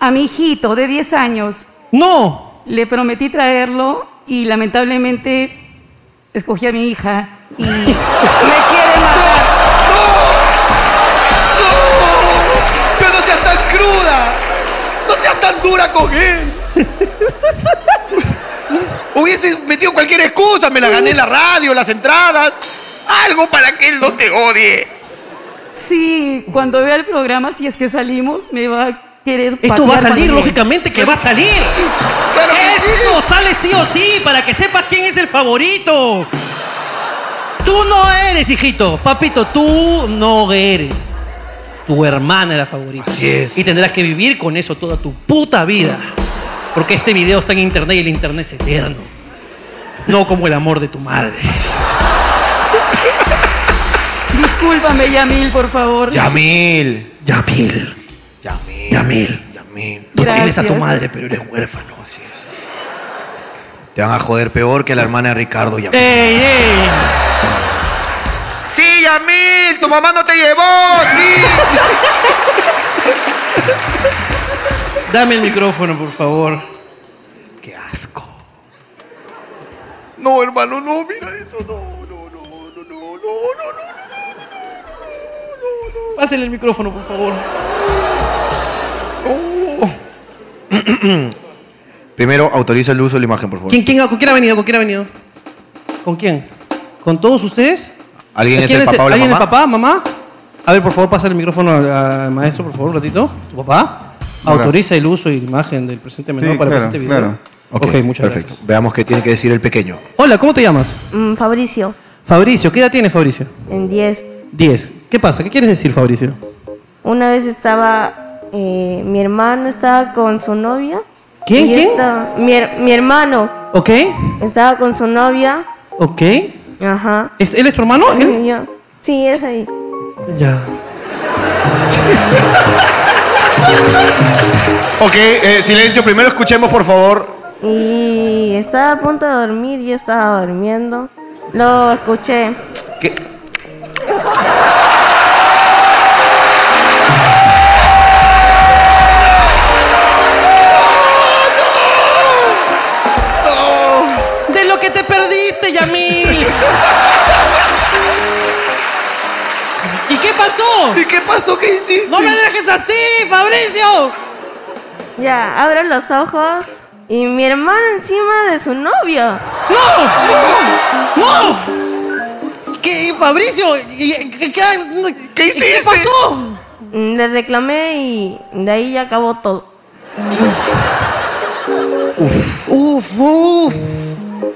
a mi hijito de 10 años. ¡No! Le prometí traerlo y lamentablemente escogí a mi hija y me quiere matar. ¡Pero no seas tan cruda! ¡No seas tan dura con él! Hubiese metido cualquier excusa, me la gané en la radio, las entradas. Algo para que él no te odie. Sí, cuando vea el programa, si es que salimos, me va a querer Esto va patear a salir, también. lógicamente que va a salir. Esto sale sí o sí para que sepas quién es el favorito. Tú no eres, hijito. Papito, tú no eres. Tu hermana es la favorita. Así es. Y tendrás que vivir con eso toda tu puta vida. Porque este video está en internet y el internet es eterno. No como el amor de tu madre. Discúlpame, Yamil, por favor. Yamil. Yamil. Yamil. Yamil. Yamil. Tú tienes a tu Gracias. madre, pero eres huérfano. Así es. Te van a joder peor que la hermana de Ricardo, Yamil. ¡Ey, ey! ¡Sí, Yamil! ¡Tu mamá no te llevó! ¡Sí! Dame el micrófono, por favor. Qué asco. No, hermano, no, mira eso, no. Pásenle el micrófono, por favor. Oh. Primero, autoriza el uso de la imagen, por favor. ¿Quién, quién, ¿Con quién ha venido? ¿Con quién ha venido? ¿Con quién? ¿Con todos ustedes? ¿Alguien es ¿Quién el papá o la ¿Alguien mamá? es papá, mamá? A ver, por favor, pasa el micrófono al al maestro, por favor, un ratito. ¿Tu papá? Hola. Autoriza el uso y imagen del presente menor para presente video. Ok, muchas perfecto. gracias. Veamos qué tiene que decir el pequeño. Hola, ¿cómo te llamas? Mm, Fabricio, Fabricio, ¿qué edad tienes, Fabricio? en 10. Diez. ¿Qué pasa? ¿Qué quieres decir, Fabricio? Una vez estaba, eh, mi hermano estaba con su novia. ¿Quién? Y yo ¿Quién? estaba- mi, her- mi hermano ¿Ok? estaba con su novia. ¿Ok? Ajá. ¿Es- ¿Él es tu hermano? ¿Él? Y yo- sí, es ahí. Ya. Ok, eh, silencio. Primero escuchemos, por favor. Y estaba a punto de dormir, yo estaba durmiendo. Lo escuché. ¡De lo que te perdiste, Yamil! ¿Y qué pasó? ¿Y qué pasó? ¿Qué hiciste? ¡No me dejes así, Fabricio! Ya, abro los ojos Y mi hermano encima de su novio. ¡No! ¡No! ¿Qué, Fabricio? ¿Qué, hiciste? pasó? Le reclamé y de ahí ya acabó todo. Uf, uf, uf.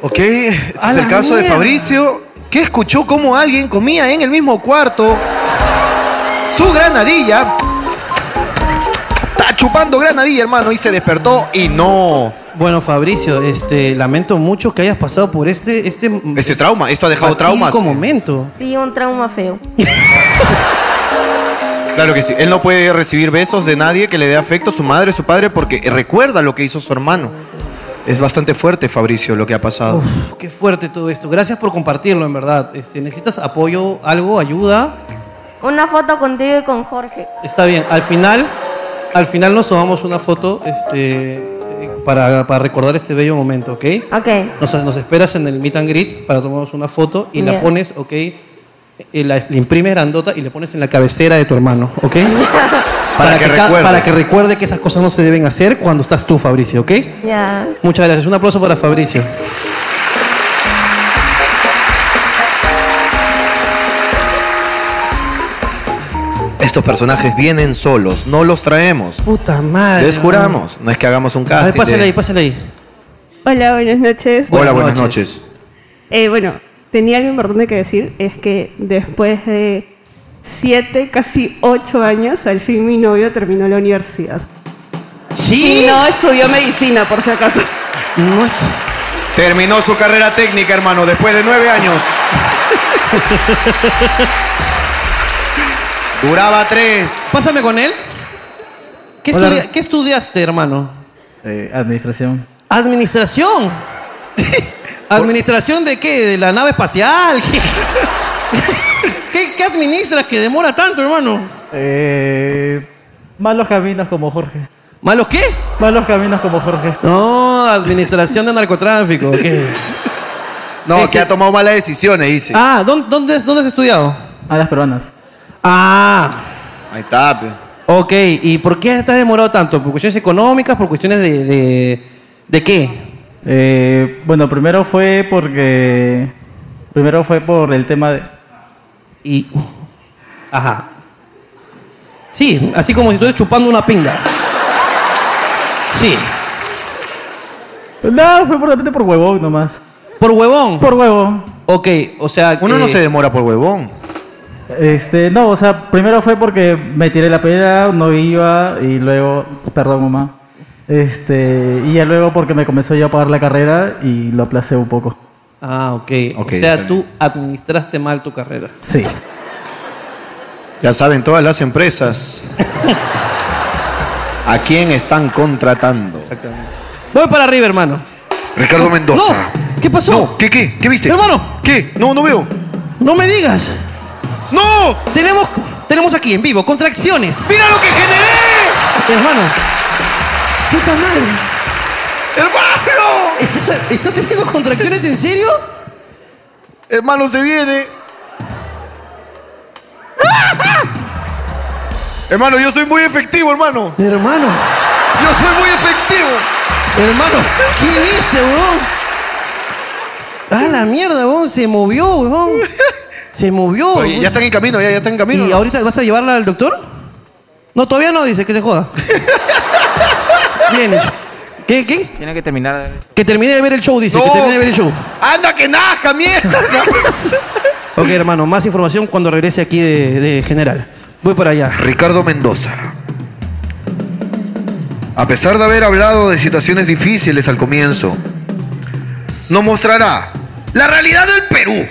Ok, ese A es la el caso de mierda. Fabricio, que escuchó cómo alguien comía en el mismo cuarto su granadilla. Está chupando granadilla, hermano, y se despertó y no. Bueno, Fabricio, este, lamento mucho que hayas pasado por este... Este, Ese trauma, esto ha dejado traumas. fatídico momento. Sí, un trauma feo. Claro que sí. Él no puede recibir besos de nadie que le dé afecto a su madre, su padre, porque recuerda lo que hizo su hermano. Es bastante fuerte, Fabricio, lo que ha pasado. Uf, qué fuerte todo esto. Gracias por compartirlo, en verdad. Este, ¿Necesitas apoyo, algo, ayuda? Una foto contigo y con Jorge. Está bien. Al final, al final nos tomamos una foto este, eh, para, para recordar este bello momento, ¿ok? Ok. Nos, nos esperas en el meet and greet para tomarnos una foto y la Ya. pones, ¿ok? Eh, La, la imprimes grandota y le pones en la cabecera de tu hermano, ¿ok? Para que ca- recuerde. Para que recuerde que esas cosas no se deben hacer cuando estás tú, Fabricio, ¿ok? Ya. Muchas gracias. Un aplauso para Fabricio. Estos personajes vienen solos, no los traemos. Puta madre. Les juramos, no es que hagamos un A casting. ver, pásale de- ahí, pásale ahí. Hola, buenas noches. Hola, buenas noches. Eh, bueno, tenía algo importante que decir, es que después de siete, casi ocho años, al fin mi novio terminó la universidad. Sí. Y no estudió medicina, por si acaso. Terminó su carrera técnica, hermano, después de nueve años. Duraba tres. Pásame con él. ¿Qué, Hola. estudia- qué estudiaste, hermano? Eh, administración. Administración. ¿Administración de qué? ¿De la nave espacial? ¿Qué, qué- qué administras que demora tanto, hermano? Eh, malos caminos como Jorge. ¿Malos qué? Malos caminos como Jorge. No, administración de narcotráfico. ok. No, que ha tomado malas decisiones, dice. Ah, ¿dónde, dónde, dónde has estudiado? A las peruanas. Ah, Ahí está, pe. ok. ¿Y por qué te has demorado tanto? ¿Por cuestiones económicas? ¿Por cuestiones de, de, de qué? Eh, bueno, primero fue porque. Primero fue por el tema de. Y. Ajá. Sí, así como si estuvieras chupando una pinga. Sí. No, fue por repente por huevón nomás. ¿Por huevón? Por huevón. Ok, o sea. Uno no que- se demora por huevón. Este, no, o sea, primero fue porque me tiré la pelea, no iba, y luego, perdón mamá, este, y ya luego porque me comenzó yo a pagar la carrera y lo aplacé un poco. Ah, ok. Ok, o está sea, tú administraste mal tu carrera. Sí. Ya saben todas las empresas a quién están contratando. Exactamente. Voy para arriba, hermano. Ricardo Mendoza. No, ¿Qué pasó? ¿Qué, qué? ¿Qué viste? Hermano. ¿Qué? No, no veo. No me digas. ¡No! Tenemos, tenemos aquí en vivo contracciones. ¡Mira lo que generé! Hermano. ¡Puta madre! ¡Hermano! ¿Estás, estás teniendo contracciones en serio? Hermano, se viene. hermano, yo soy muy efectivo, hermano. Hermano. Yo soy muy efectivo. Hermano, ¿qué viste, weón? Ah, la mierda, weón. Se movió, weón. Se movió. Oye, ya están en camino, ya, ya están en camino. ¿Y ahorita vas a llevarla al doctor? No, todavía no, dice que se joda. Bien. ¿Qué, qué? Tiene que terminar. Que termine de ver el show, dice. Que No. termine de ver el show. ¡Anda que nazca, mierda! Ok, hermano, más información cuando regrese aquí de, de general. Voy para allá. Ricardo Mendoza. A pesar de haber hablado de situaciones difíciles al comienzo, nos mostrará la realidad del Perú.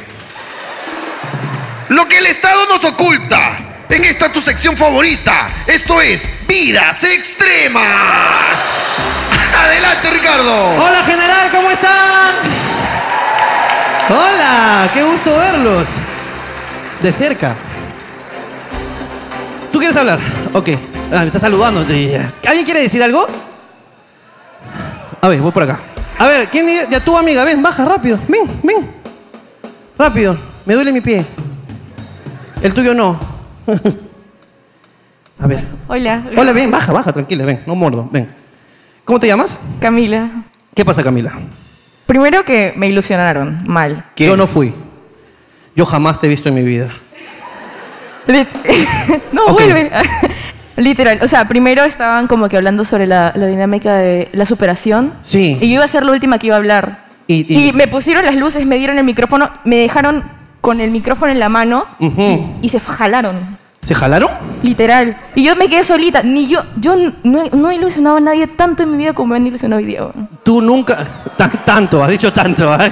Lo que el Estado nos oculta en esta tu sección favorita. Esto es Vidas Extremas. Adelante, Ricardo. Hola, general, ¿cómo están? Hola, qué gusto verlos. De cerca. ¿Tú quieres hablar? Ok. Ah, me está saludando. ¿Alguien quiere decir algo? A ver, voy por acá. A ver, ¿quién di- ya tú, amiga? Ven, baja rápido. Ven, ven. Rápido. Me duele mi pie. El tuyo no. A ver. Hola. Hola, ven, baja, baja, tranquila, ven. No mordo, ven. ¿Cómo te llamas? Camila. ¿Qué pasa, Camila? Primero que me ilusionaron mal. Yo no fui. Yo jamás te he visto en mi vida. Lit- no, vuelve. Literal, o sea, primero estaban como que hablando sobre la, la dinámica de la superación. Sí. Y yo iba a ser la última que iba a hablar. Y, Y me pusieron las luces, me dieron el micrófono, me dejaron con el micrófono en la mano Ujú. y se jalaron. ¿Se jalaron? Literal. Y yo me quedé solita. Ni yo, yo n- no, he- no he ilusionado a nadie tanto en mi vida como me han ilusionado hoy día. weón. Tú nunca. tan- tanto, has dicho tanto, ¿eh?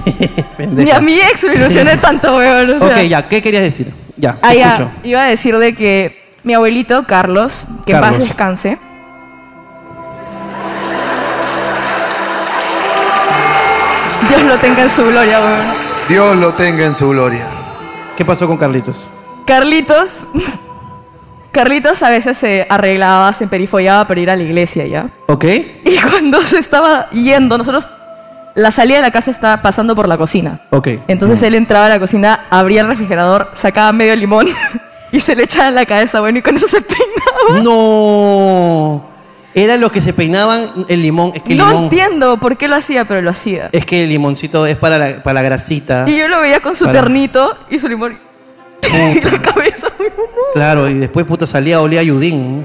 Ni a mi ex me ilusioné tanto, weón. o sea. Ok, ya, ¿qué querías decir? Ya, Ah, te ya. escucho. Iba a decir de que mi abuelito, Carlos, que en paz Carlos. descanse. Dios lo tenga en su gloria, weón. Dios lo tenga en su gloria. ¿Qué pasó con Carlitos? Carlitos. Carlitos a veces se arreglaba, se perifollaba para ir a la iglesia ya. ¿Ok? Y cuando se estaba yendo, nosotros. La salida de la casa estaba pasando por la cocina. Ok. Entonces él entraba a la cocina, abría el refrigerador, sacaba medio limón y se le echaba en la cabeza, bueno, y con eso se peinaba. No. Era los que se peinaban el limón. Es que el no limón. entiendo por qué lo hacía, pero lo hacía. Es que el limoncito es para la, para la grasita. Y yo lo veía con su Para- ternito y su limón. Claro, y después puta salía olía a Yudín.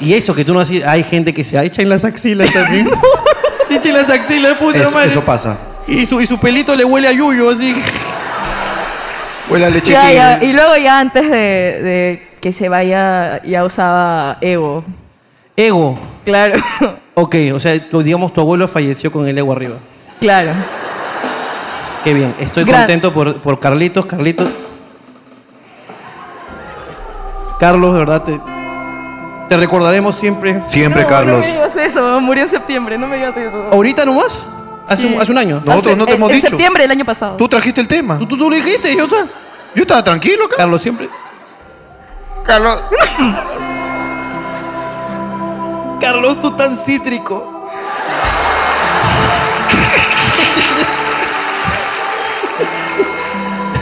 y eso que tú no hacías. Hay gente que se echa en las axilas también. Echa en las axilas, puta Eso, madre. eso pasa. Y su, y su pelito le huele a yuyo, así. Huele a leche Ya, tigre. ya, Y luego ya antes de, de que se vaya, ya usaba Evo. Ego. Claro, Ok, o sea, tu- digamos, tu abuelo falleció con el ego arriba. claro. Qué bien. Estoy Gran- contento por, por Carlitos, Carlitos. Carlos, de verdad, te, te recordaremos siempre. Siempre, No, No me digas eso, murió en septiembre, no me digas eso. ¿Ahorita nomás? ¿Hace, Sí. un, hace un año? Hace- en- En septiembre del año pasado. Tú trajiste el tema. Tú, tú, tú lo dijiste, yo, estaba- yo estaba tranquilo acá. Carlos siempre. Carlos. Carlos, tú tan cítrico.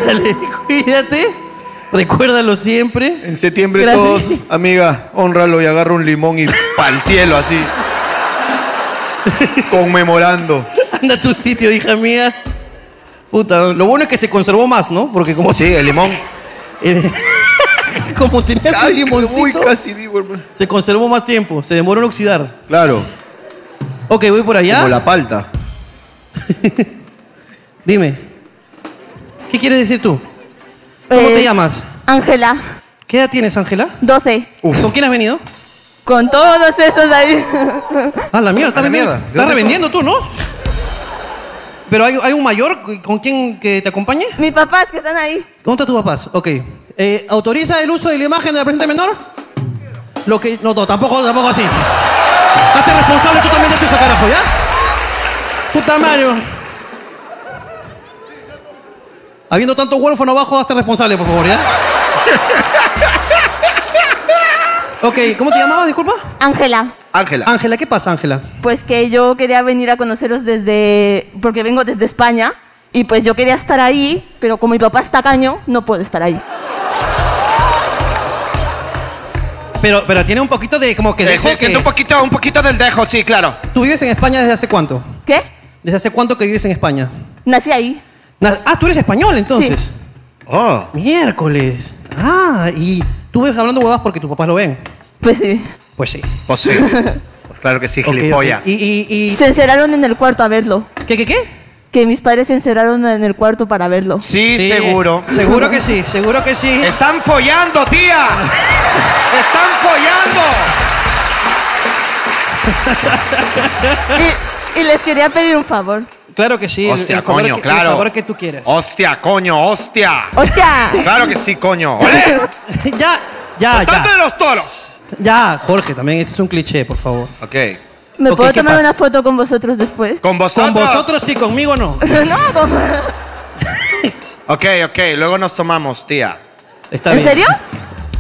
Dale, cuídate. Recuérdalo siempre. En septiembre Gracias. todos, amiga, honralo y agarra un limón y pa'l cielo así. Conmemorando. Anda a tu sitio, hija mía. Puta, lo bueno es que se conservó más, ¿no? Porque como. Sí, el limón. como tenía su Ay, limoncito. uy, casi digo, hermano. Se conservó más tiempo, se demoró en oxidar. Claro. Ok, voy por allá. Como la palta. Dime. ¿Qué quieres decir tú? ¿Cómo te Es- llamas? Pues, Ángela, ¿Qué edad tienes, Ángela? 12. ¿Con quién has venido? Con todos esos ahí. Ah, la mierda, A está la vendiendo. mierda. Estás revendiendo tú, ¿no? Pero hay, hay un mayor con quien que te acompañe. Mis papás que están ahí. ¿Dónde están tus papás? Ok. Eh, ¿Autoriza el uso de la imagen de la presente menor? Lo que. No, no, tampoco, tampoco así. Hazte responsable tú también de tu carajo, ¿ya? Puta Mario. Habiendo tanto huérfano abajo, hazte responsable, por favor, ¿ya? Ok, ¿cómo te llamabas? Disculpa. Ángela, Ángela. Ángela, ¿qué pasa, Ángela? pues que yo quería venir a conoceros desde, porque vengo desde España, y pues yo quería estar ahí, pero como mi papá está caño, no puedo estar ahí. Pero, pero tiene un poquito de como que Eh, dejo sí, siento que... un poquito, un poquito del dejo, sí, claro. ¿Tú vives en España desde hace cuánto? ¿Qué? ¿Desde hace cuánto que vives en España? Nací ahí. Na- Ah, tú eres español entonces. Oh. Miércoles. Ah, y tú ves hablando huevadas porque tus papás lo ven. Pues sí. Pues sí. Pues sí. Pues claro que sí, Ok, ok. gilipollas. Y, y, y- Se encerraron en el cuarto a verlo. ¿Qué, qué, qué? Que mis padres se encerraron en el cuarto para verlo. Sí, seguro. Seguro que sí, seguro que sí. ¡Están follando, tía! ¡Están follando! Y, y les quería pedir un favor. Claro que sí. el- Hostia, el favor coño, que- claro. El favor que tú quieras. ¡Hostia, coño, hostia! ¡Hostia! Claro que sí, coño. ¡Olé! ya, ya, ¡Tanto de ya. los toros! Ya, Jorge, también ese es un cliché, por favor. Ok. ¿Me Ok, puedo ¿qué tomar pasa? una foto con vosotros después? Con vosotros. Con vosotros sí, conmigo no. no, con- Ok, ok, luego nos tomamos, tía. Está ¿En bien. serio?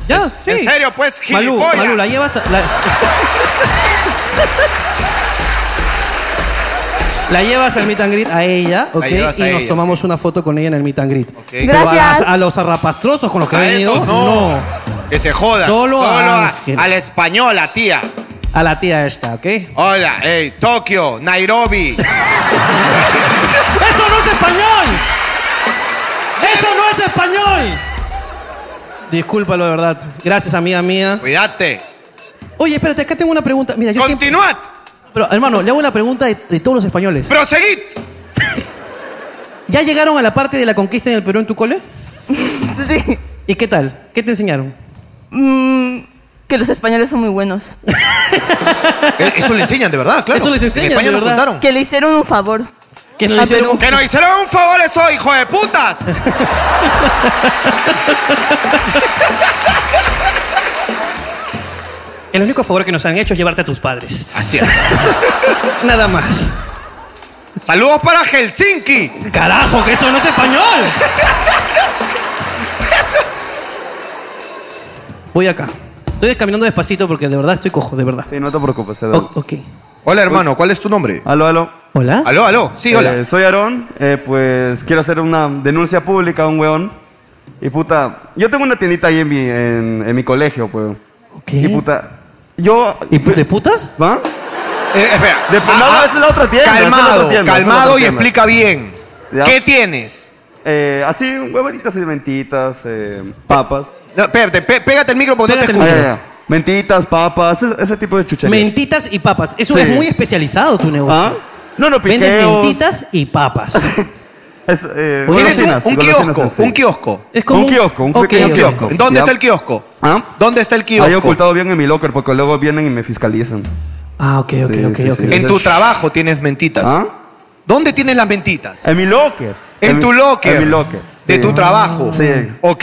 Ya, sí. En serio, pues, Malú, gilipollas. Malú, la llevas a, la... La llevas al meet and greet a ella, ¿ok? Y llevas nos a ella. tomamos una foto con ella en el meet and greet. Pero Gracias. A, las- a los arrapastrosos con los que A ha venido, esos no. Que se joda. Solo a a, Ángel. a la española, tía. a la tía esta, ¿ok? Hola, hey, Tokio, Nairobi. ¡Eso no es español! ¡Eso no es español! Discúlpalo, de verdad. Gracias, amiga mía. Cuídate. Oye, espérate, acá tengo una pregunta. Mira, yo ¡Continuad! Pero, hermano, le hago una pregunta de, de todos los españoles. ¡Proseguid! ¿Ya llegaron a la parte de la conquista en el Perú en tu cole? sí. ¿Y qué tal? ¿Qué te enseñaron? Mm, que los españoles son muy buenos. Eh, Eso le enseñan, de verdad, claro. Eso les enseñan, En España de nos verdad. contaron. Que le hicieron un favor. Que nos hicieron un- Que nos hicieron un favor eso, hijo de putas. El único favor que nos han hecho es llevarte a tus padres. Así es. Nada más. Saludos para Helsinki. Carajo, que eso no es español. Voy acá. Estoy caminando despacito porque de verdad estoy cojo, de verdad. Sí, no te preocupes, O- ok. Hola, hermano, ¿cuál es tu nombre? Aló, aló. Hola. Aló, aló. Sí, hola. soy Aarón, eh, pues quiero hacer una denuncia pública a un weón. Y puta, yo tengo una tiendita ahí en mi, en, en mi colegio, pues. Y puta, yo... ¿Y de putas? ¿Va? Eh, espera. De, no, no, Ah, es la otra tienda. es la Calmado, otra tienda, es la calmado otra y tienda. explica bien. Ya. ¿Qué tienes? Eh, así, huevaditas y mentitas, eh, papas. No, espérate, pe- pégate el micro porque no te Ah, ya, escucho. ya. Mentitas, papas, ese, ese tipo de chucherías. Mentitas y papas. Eso Sí. es muy especializado tu negocio. ¿Ah? No, no, piqueos. Vendes mentitas y papas. Es, eh, Tienes un, golosinas, un golosinas kiosco, en sí. un kiosco. Es Oh, como Un un- kiosco, un Ok, pequeño ok. kiosco. ¿Dónde Ya. está el kiosco? ¿Ah? ¿Dónde está el Ahí kiosco? ocultado bien en mi locker porque luego vienen y me fiscalizan. Ah, ok, ok, Sí, ok, sí, ok. sí. ¿Ah? En tu trabajo tienes mentitas. ¿Dónde tienes las mentitas? En mi locker. En, mi- tu locker. En mi locker. De Sí. tu trabajo. Sí. Ok.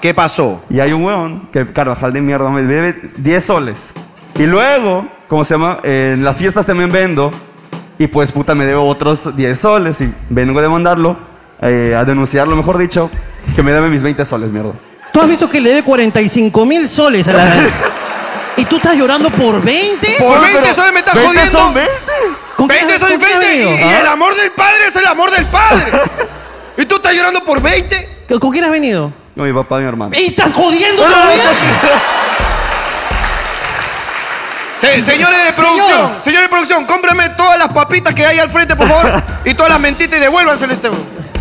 ¿Qué pasó? Y hay un weón que Carvajal de mierda me debe 10 soles. Y luego, ¿cómo se llama? Eh, en las fiestas también vendo. Y pues puta, me debo otros 10 soles. Y vengo a demandarlo, eh, a denunciarlo, mejor dicho, que me debe mis 20 soles, mierda. Tú has visto que le debe 45 mil soles a la. y tú estás llorando por 20? Por 20 soles me estás jodiendo. son 20? ¿Con qué- 20 soles con qué ha 20. Y, venido? y ¿Ah? el amor del padre es el amor del padre. y tú estás llorando por 20. ¿Con- ¿Con quién has venido? No, mi papá, mi hermano. ¡Y estás jodiendo No, no, todavía! Se- señores de Señor. producción, señores de producción, cómprame todas las papitas que hay al frente, por favor. y todas las mentitas y devuélvanselas a este.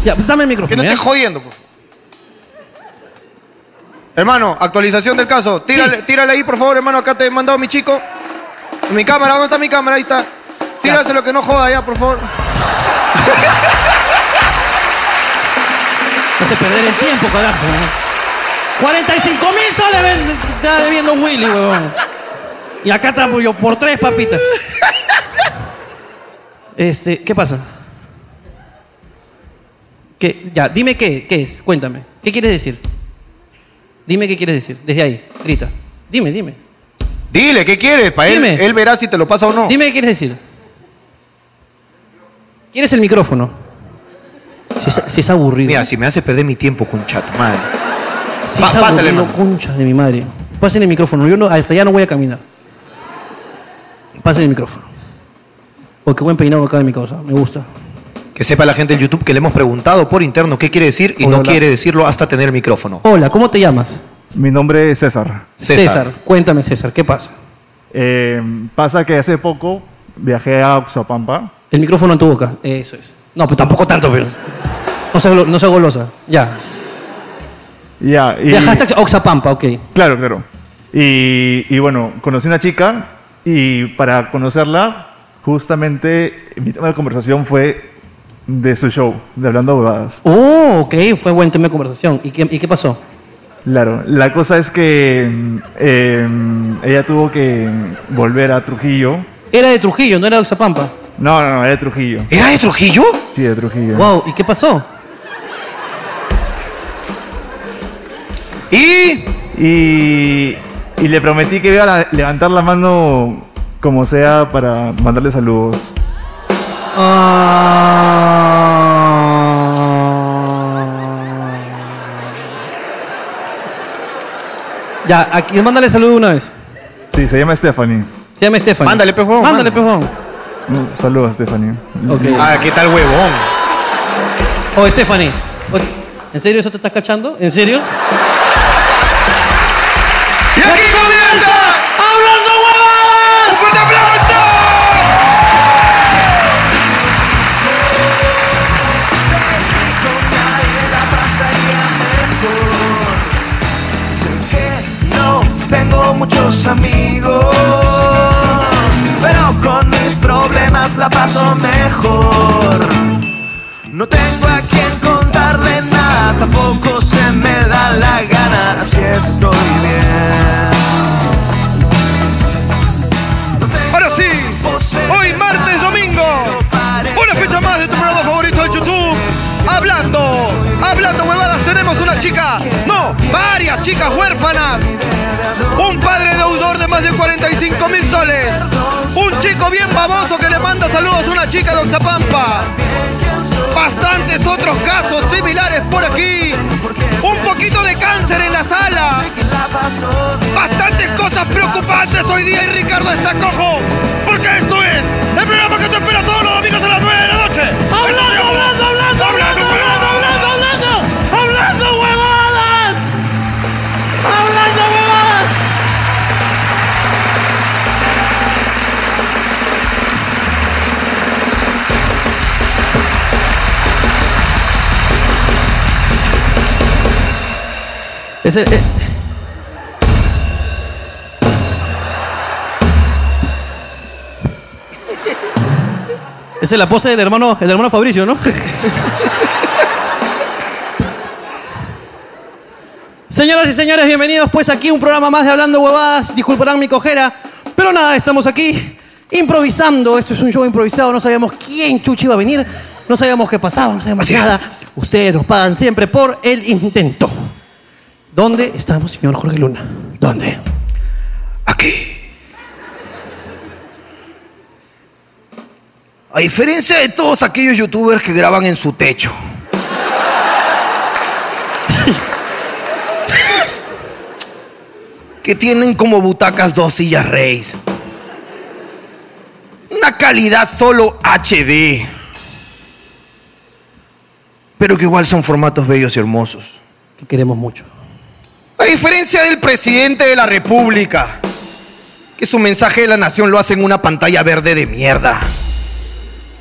Ya, pues dame el micrófono. Que no estés ¿ya? jodiendo, por favor. Hermano, actualización del caso. Tírale, tírale ahí, por favor, hermano. Acá te he mandado mi chico. Mi cámara, ¿dónde está mi cámara? Ahí está. Tíraselo que no joda ya, por favor. No se perder el tiempo, carajo. ¿eh? 45 mil soles ven- está debiendo Willy, huevón. Y acá está yo por tres papitas. Este, ¿qué pasa? ¿Qué? Ya, dime qué, qué es, cuéntame. ¿Qué quieres decir? Dime qué quieres decir, desde ahí, grita. Dime, dime. Dile, ¿qué quieres? Para él, Dime. él verá si te lo pasa o no. Dime qué quieres decir. ¿Quieres el micrófono? Si es, si es aburrido. Mira, si me haces perder mi tiempo con chat, madre. Si Pa- es pásale, aburrido, hermano. concha de mi madre. Pásen el micrófono. Yo no, hasta allá no voy a caminar. Pásen el micrófono. Oh, qué buen peinado que acaba de mi causa. Me gusta. Que sepa la gente en YouTube que le hemos preguntado por interno qué quiere decir y Hola, no hola. quiere decirlo hasta tener el micrófono. Hola, ¿cómo te llamas? Mi nombre es César. César. Cuéntame, César, ¿qué pasa? Eh, pasa que hace poco viajé a Oxapampa. El micrófono en tu boca. Eso es. No, pues tampoco tanto, pero. No sea, golo- no sea golosa. Ya. Ya, y- Viajaste a Oxapampa, ok. Claro, claro. Y, y bueno, conocí una chica y para conocerla, justamente mi tema de conversación fue de su show, de Hablando Bobadas. Oh, ok, fue buen tema de conversación. ¿Y qué, y qué pasó? Claro, la cosa es que eh, ella tuvo que volver a Trujillo. Era de Trujillo, no era de Oxapampa. No, no, no, era de Trujillo. ¿Era de Trujillo? Sí, de Trujillo. Wow, ¿y qué pasó? ¿Y? y. y le prometí que iba a la- levantar la mano como sea para mandarle saludos. Ah. Ya, aquí, mándale saludo una vez. Sí, se llama Stephanie. Se llama Stephanie. Mándale, pe, huevón, Mándale, pejón. Mm, Saludos, Stephanie. Ah, ¿qué tal, huevón? Oh, Stephanie. oh, ¿En serio eso te estás cachando? ¿En serio? ¡Y aquí comienza! ¡Hablando huevas! lo mejor. No tengo a quien contarle nada, tampoco se me da la gana, así estoy bien. Ahora sí, hoy martes, domingo, una fecha más de tu programa favorito de YouTube. Hablando, hablando huevadas, tenemos una chica, no, varias chicas huérfanas. Un padre deudor de más de 45 mil soles. Un chico bien famoso que le manda saludos a una chica de Oxapampa. Bastantes otros casos similares por aquí. Un poquito de cáncer en la sala. Bastantes cosas preocupantes hoy día y Ricardo está cojo. Porque esto es el programa que te espera todos los domingos a las 9 de la noche. ¡Hablando, hablando, hablando, hablando, hablando, hablando, hablando! ¡Hablando huevadas! ¡Hablando huevadas! Es el- eh. Esa es la pose del hermano, el hermano Fabricio, ¿no? Señoras y señores, bienvenidos pues aquí a un programa más de Hablando Huevadas. Disculparán mi cojera, pero nada, estamos aquí improvisando. Esto es un show improvisado, no sabíamos quién chuchi iba a venir, no sabíamos qué pasaba, no sabíamos nada. Ustedes nos pagan siempre por el intento. ¿Dónde estamos, señor Jorge Luna? ¿Dónde? A diferencia de todos aquellos youtubers que graban en su techo. que tienen como butacas dos sillas reyes. Una calidad solo HD. Pero que igual son formatos bellos y hermosos. Que queremos mucho. A diferencia del presidente de la República, que su mensaje de la nación lo hace en una pantalla verde de mierda.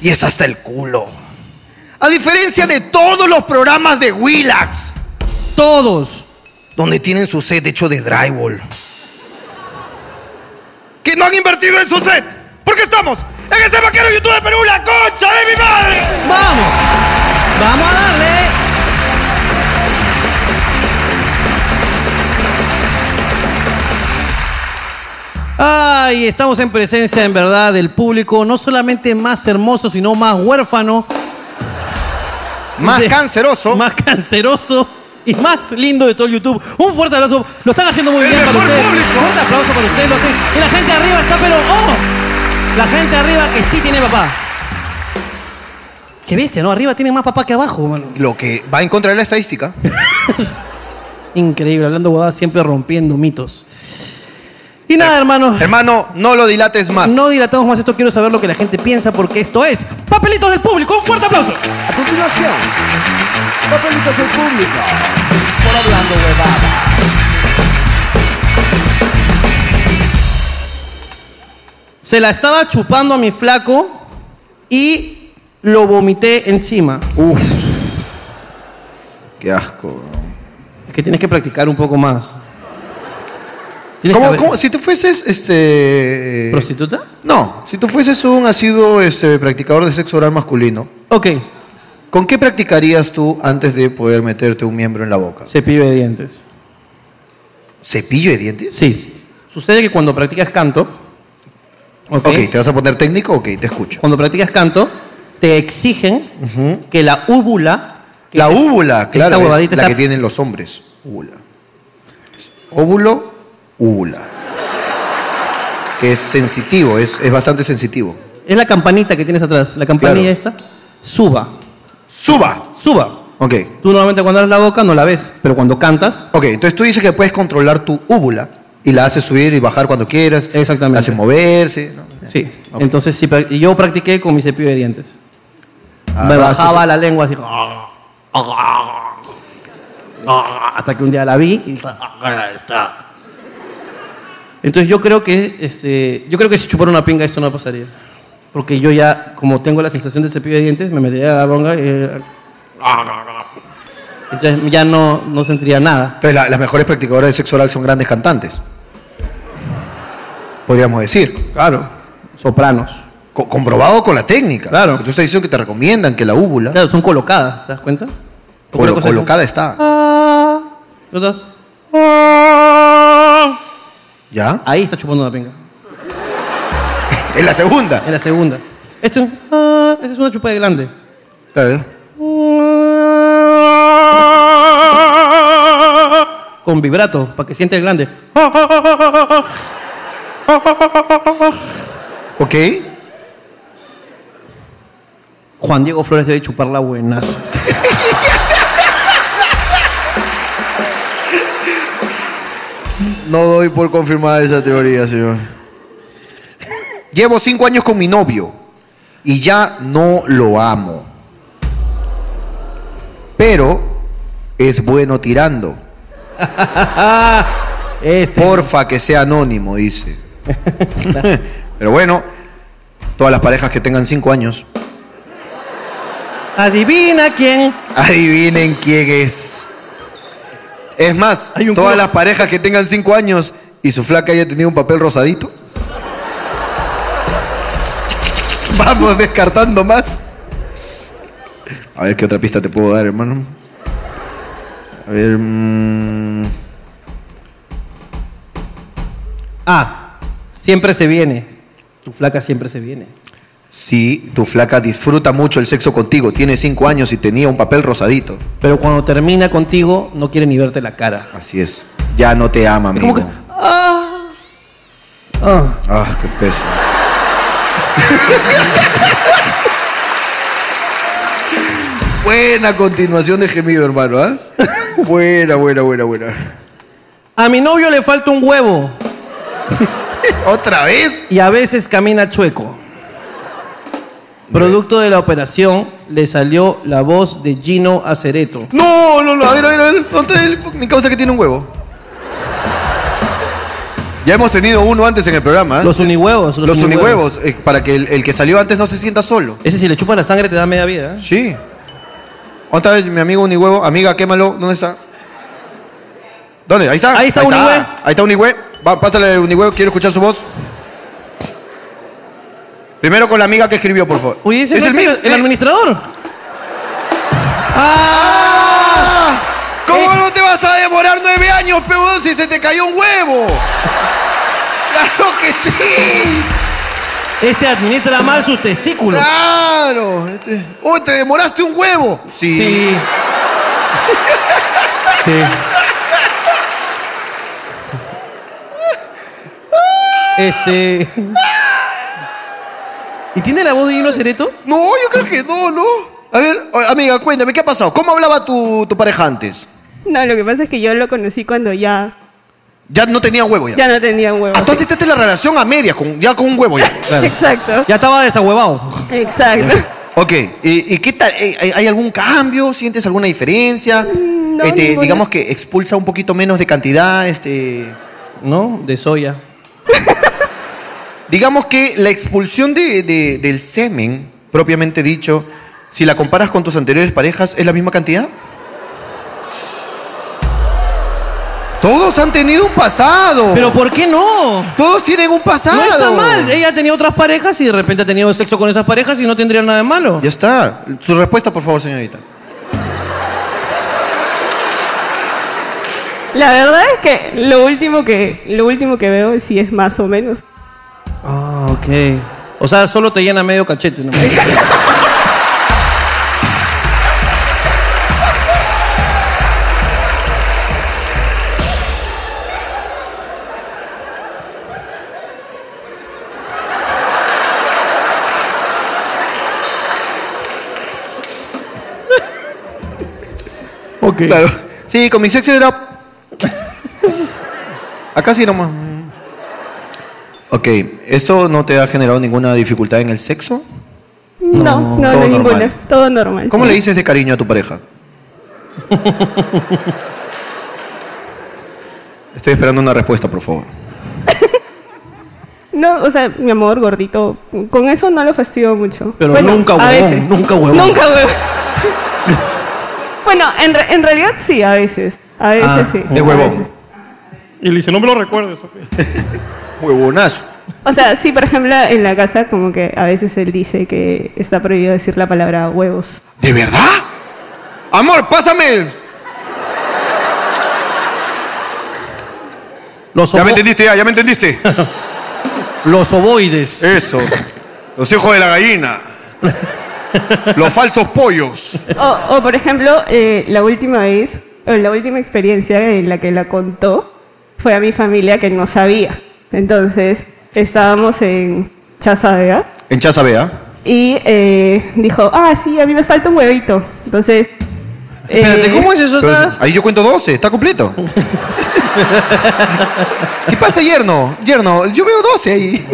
Y es hasta el culo. A diferencia de todos los programas de Willax. Todos. Donde tienen su set hecho de drywall. que no han invertido en su set. Porque estamos en este vaquero YouTube de Perú, la concha de mi madre. ¡Vamos! ¡Vamos a darle! Ay, estamos en presencia en verdad del público, no solamente más hermoso, sino más huérfano. Más canceroso. Más canceroso y más lindo de todo el YouTube. Un fuerte abrazo. Lo están haciendo muy bien para ustedes. Un fuerte aplauso para ustedes. lo hacen. Y la gente arriba está, pero ¡oh! La gente arriba que sí tiene papá. Qué bestia, ¿no? Arriba tiene más papá que abajo, mano. Lo que va en contra de la estadística. Increíble, hablando huevadas, siempre rompiendo mitos. Y nada, hermano. Hermano, no lo dilates más. No dilatamos más esto, quiero saber lo que la gente piensa porque esto es Papelitos del Público. Un fuerte aplauso. A continuación, papelitos del público. Por hablando huevada. Se la estaba chupando a mi flaco y lo vomité encima. Uf. Qué asco. Es que tienes que practicar un poco más. Tienes que ¿Cómo, haber- cómo? Si tú fueses este. ¿Prostituta? No, si tú fueses un asiduo este, practicador de sexo oral masculino. Ok. ¿Con qué practicarías tú antes de poder meterte un miembro en la boca? Cepillo de dientes. ¿Cepillo de dientes? Sí. Sucede que cuando practicas canto. ok, ¿te vas a poner técnico? Ok, te escucho. Cuando practicas canto, te exigen que la úvula. que La es- úvula, que esta claro, es huevadita la está- que tienen los hombres. Úvula. Óvulo, úvula. Que es sensitivo, es, es bastante sensitivo. Es la campanita que tienes atrás, la campanilla esta. Suba. Suba. Suba. Ok. Tú normalmente cuando abres la boca no la ves, pero cuando cantas. Ok, entonces tú dices que puedes controlar tu úvula y la haces subir y bajar cuando quieras. Exactamente. La haces moverse. ¿no? Sí. Entonces, sí, pra- y yo practiqué con mi cepillo de dientes. Ah, Me ah, bajaba entonces- la lengua así. Ah. Hasta que un día la vi y dije, "Ah". Entonces yo creo que este, yo creo que si chupara una pinga esto no pasaría. Porque yo ya, como tengo la sensación del cepillo de dientes, me metería a la bonga y. eh, Entonces ya no, no sentiría nada. Entonces la- las mejores practicadoras de sexo oral son grandes cantantes. Podríamos decir. Claro. Sopranos. co- comprobado con la técnica. Claro. Tú estás diciendo que te recomiendan que la úvula. Claro, son colocadas, ¿te das cuenta? Una cosa es- colocada está. Otra. ¿Ya? Ahí está chupando la pinga. en la segunda. En la segunda. Esto es, ah, esta es una chupa de glande. Claro. Con vibrato, para que siente el glande. Ok. Juan Diego Flores debe chupar la buena. No doy por confirmada esa teoría, señor. Llevo cinco años con mi novio y ya no lo amo. Pero es bueno tirando. Porfa que sea anónimo, dice. Pero bueno, todas las parejas que tengan cinco años, Adivina quién. adivinen quién es. Es más, todas las parejas que tengan cinco años y su flaca haya tenido un papel rosadito. Vamos descartando más. A ver qué otra pista te puedo dar, hermano. A ver. mm, Ah, siempre se viene. Tu flaca siempre se viene. si tu flaca disfruta mucho el sexo contigo, tiene cinco años y tenía un papel rosadito. Pero cuando termina contigo, no quiere ni verte la cara. Así es. Ya no te ama, amigo. Ah. Ah. Ah, qué peso. buena continuación de gemido, hermano, ¿ah? Buena, buena, buena, buena. A mi novio le falta un huevo. ¿Otra vez? Y a veces camina chueco. Producto de la operación, le salió la voz de Gino Acereto. No, no, no, a ver, a ver, a ver. ¿Dónde está el- mi causa que tiene un huevo? Ya hemos tenido uno antes en el programa. ¿eh? Los unihuevos. Los, unihuevos, eh, para que el, el que salió antes no se sienta solo. Ese si le chupa la sangre te da media vida. ¿eh? Sí. Otra vez, mi amigo unihuevo, amiga, quémalo, ¿dónde está? ¿Dónde? Ahí está. Ahí está Unihue. Ahí está Unihue. Va, pásale Unihue, quiero escuchar su voz. Primero con la amiga que escribió, por favor. Oye, ese no es mío? el, el administrador. ¡Ah! ¿Cómo no te vas a demorar nueve años, peudón, si se te cayó un huevo? ¡Claro que sí! Este administra mal sus testículos. ¡Claro! Este- ¡Uy, te demoraste un huevo! Sí. Sí. Sí. Este. ¿Y tiene la voz de Gino Cereto? No, yo creo que no, ¿no? A ver, o- amiga, cuéntame, ¿qué ha pasado? ¿Cómo hablaba tu, tu pareja antes? No, lo que pasa es que yo lo conocí cuando ya, Ya no tenía huevo ya. ya no tenía un huevo. Ah, tú aceptaste la relación a medias, con, ya con un huevo ya. Exacto. Ya estaba desahuevado. Oh. Exacto. Ok, ¿y, y qué tal? Eh, ¿Hay hay algún cambio? ¿Sientes alguna diferencia? Este, ninguna. digamos que expulsa un poquito menos de cantidad, este... No, de soya. Digamos que la expulsión de- de- del semen, propiamente dicho, si la comparas con tus anteriores parejas, ¿es la misma cantidad? Todos han tenido un pasado. ¿Pero por qué no? Todos tienen un pasado. No está mal. Ella tenía otras parejas y de repente ha tenido sexo con esas parejas y no tendría nada de malo. Ya está. Su respuesta, por favor, señorita. La verdad es que lo último que, lo último que veo sí es más o menos. Ah, ok. O sea, solo te llena medio cachete. nomás. Ok. Claro. Sí, con mi sexo era... Acá sí nomás. Ok, ¿esto no te ha generado ninguna dificultad en el sexo? No, no, no, todo ninguna. normal. Todo normal. ¿Cómo le dices de cariño a tu pareja? Estoy esperando una respuesta, por favor. No, o sea, mi amor gordito, con eso no lo fastidio mucho. Pero Bueno, nunca a huevón, veces. nunca huevón. Nunca huevón. bueno, en, re- en realidad sí, a veces. A Ah, veces sí. de Ah, huevón. Y le dice, no me lo recuerdes. Huevonazo. O sea, sí, por ejemplo, en la casa como que a veces él dice que está prohibido decir la palabra huevos. ¿De verdad? Amor, pásame. ya me entendiste, ya, ya me entendiste. Los ovoides. Eso. Los hijos de la gallina. Los falsos pollos. O, o, por ejemplo, eh, la última vez, o la última experiencia en la que la contó fue a mi familia que no sabía. Entonces, estábamos en Chazadea En ¿ah? Chazabea. y eh, dijo, ah, sí, a mí me falta un huevito. Entonces... eh, Entonces, Ahí yo cuento 12, está completo. ¿Qué pasa, yerno? Yerno, yo veo 12 ahí.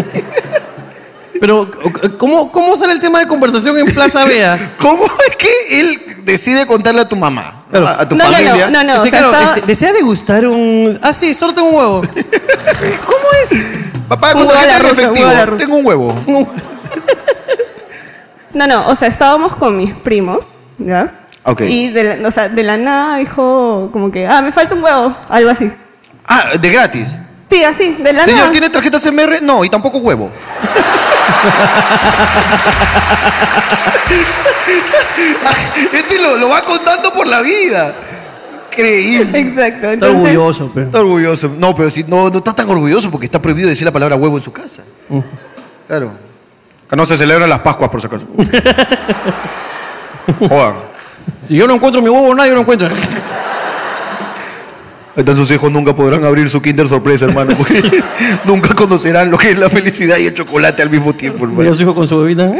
Pero, ¿cómo, ¿cómo sale el tema de conversación en Plaza Vea? ¿Cómo es que él decide contarle a tu mamá? A, a tu familia. Este, claro, este, ¿Desea degustar un...? Ah, sí, solo tengo un huevo. este, ¿Cómo es? Papá, Un ¿cuánto huevo me a la queda en rusa, efectivo? huevo a la rusa. Tengo un huevo. No, no, o sea, estábamos con mis primos, ¿ya? Ok. Y de la, o sea, de la nada dijo como que, ah, me falta un huevo, algo así. Ah, de gratis. Sí, así, de la Señor, nada. ¿tiene tarjeta CMR? No, y tampoco huevo. Ay, este lo, lo va contando por la vida. Increíble. Exacto. Está orgulloso, pero. Está orgulloso. No, pero si no, no está tan orgulloso porque está prohibido decir la palabra huevo en su casa. Uh. Claro. Que no se celebran las Pascuas, por si acaso. Jodan. Si yo no encuentro mi huevo, nadie lo encuentra. Entonces sus hijos nunca podrán abrir su Kinder Sorpresa, hermano. porque nunca conocerán lo que es la felicidad y el chocolate al mismo tiempo, Y hermano. los hijos con su bebida.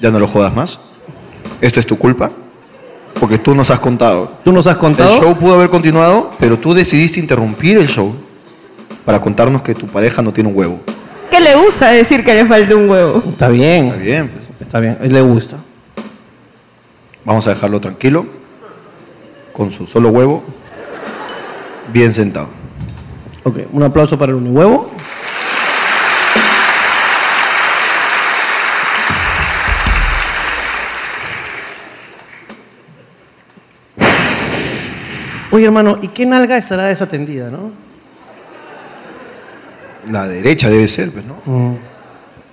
Ya no lo jodas más. Esto es tu culpa. Porque tú nos has contado. ¿Tú nos has contado? El show pudo haber continuado, pero tú decidiste interrumpir el show para contarnos que tu pareja no tiene un huevo. ¿Qué le gusta decir que le falta un huevo? Está bien. Está bien, pues. Está bien, le gusta. Vamos a dejarlo tranquilo, con su solo huevo, bien sentado. Ok, un aplauso para el unihuevo. Oye, hermano, ¿y qué nalga estará desatendida, no? La derecha debe ser, pues, ¿no?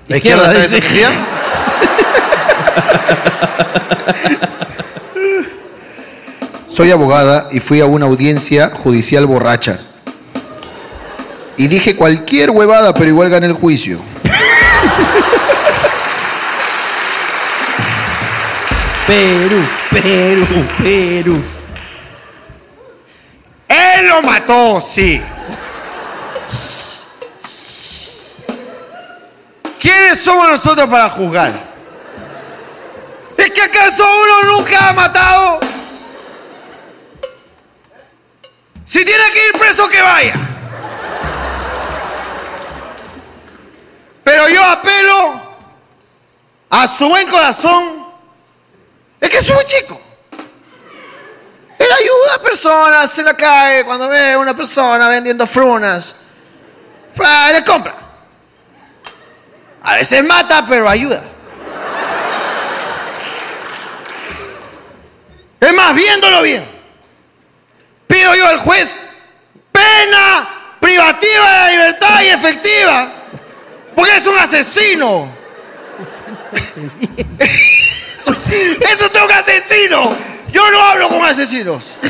La Izquierda, izquierda, está dice. desatendida. Soy abogada y fui a una audiencia judicial borracha. Y dije cualquier huevada, pero igual gané el juicio. Perú, Perú, Perú. Él lo mató, sí. ¿Quiénes somos nosotros para juzgar? ¿Es que acaso uno nunca ha matado? Si tiene que ir preso, que vaya. Pero yo apelo a su buen corazón. Es que soy un chico. Él ayuda a personas en la calle Eh, cuando ve a una persona vendiendo frunas. pa, le compra. A veces mata, pero ayuda. Es más, viéndolo bien, pido yo al juez pena privativa de la libertad y efectiva, porque es un asesino. Eso es un asesino. Yo no hablo con asesinos. Yo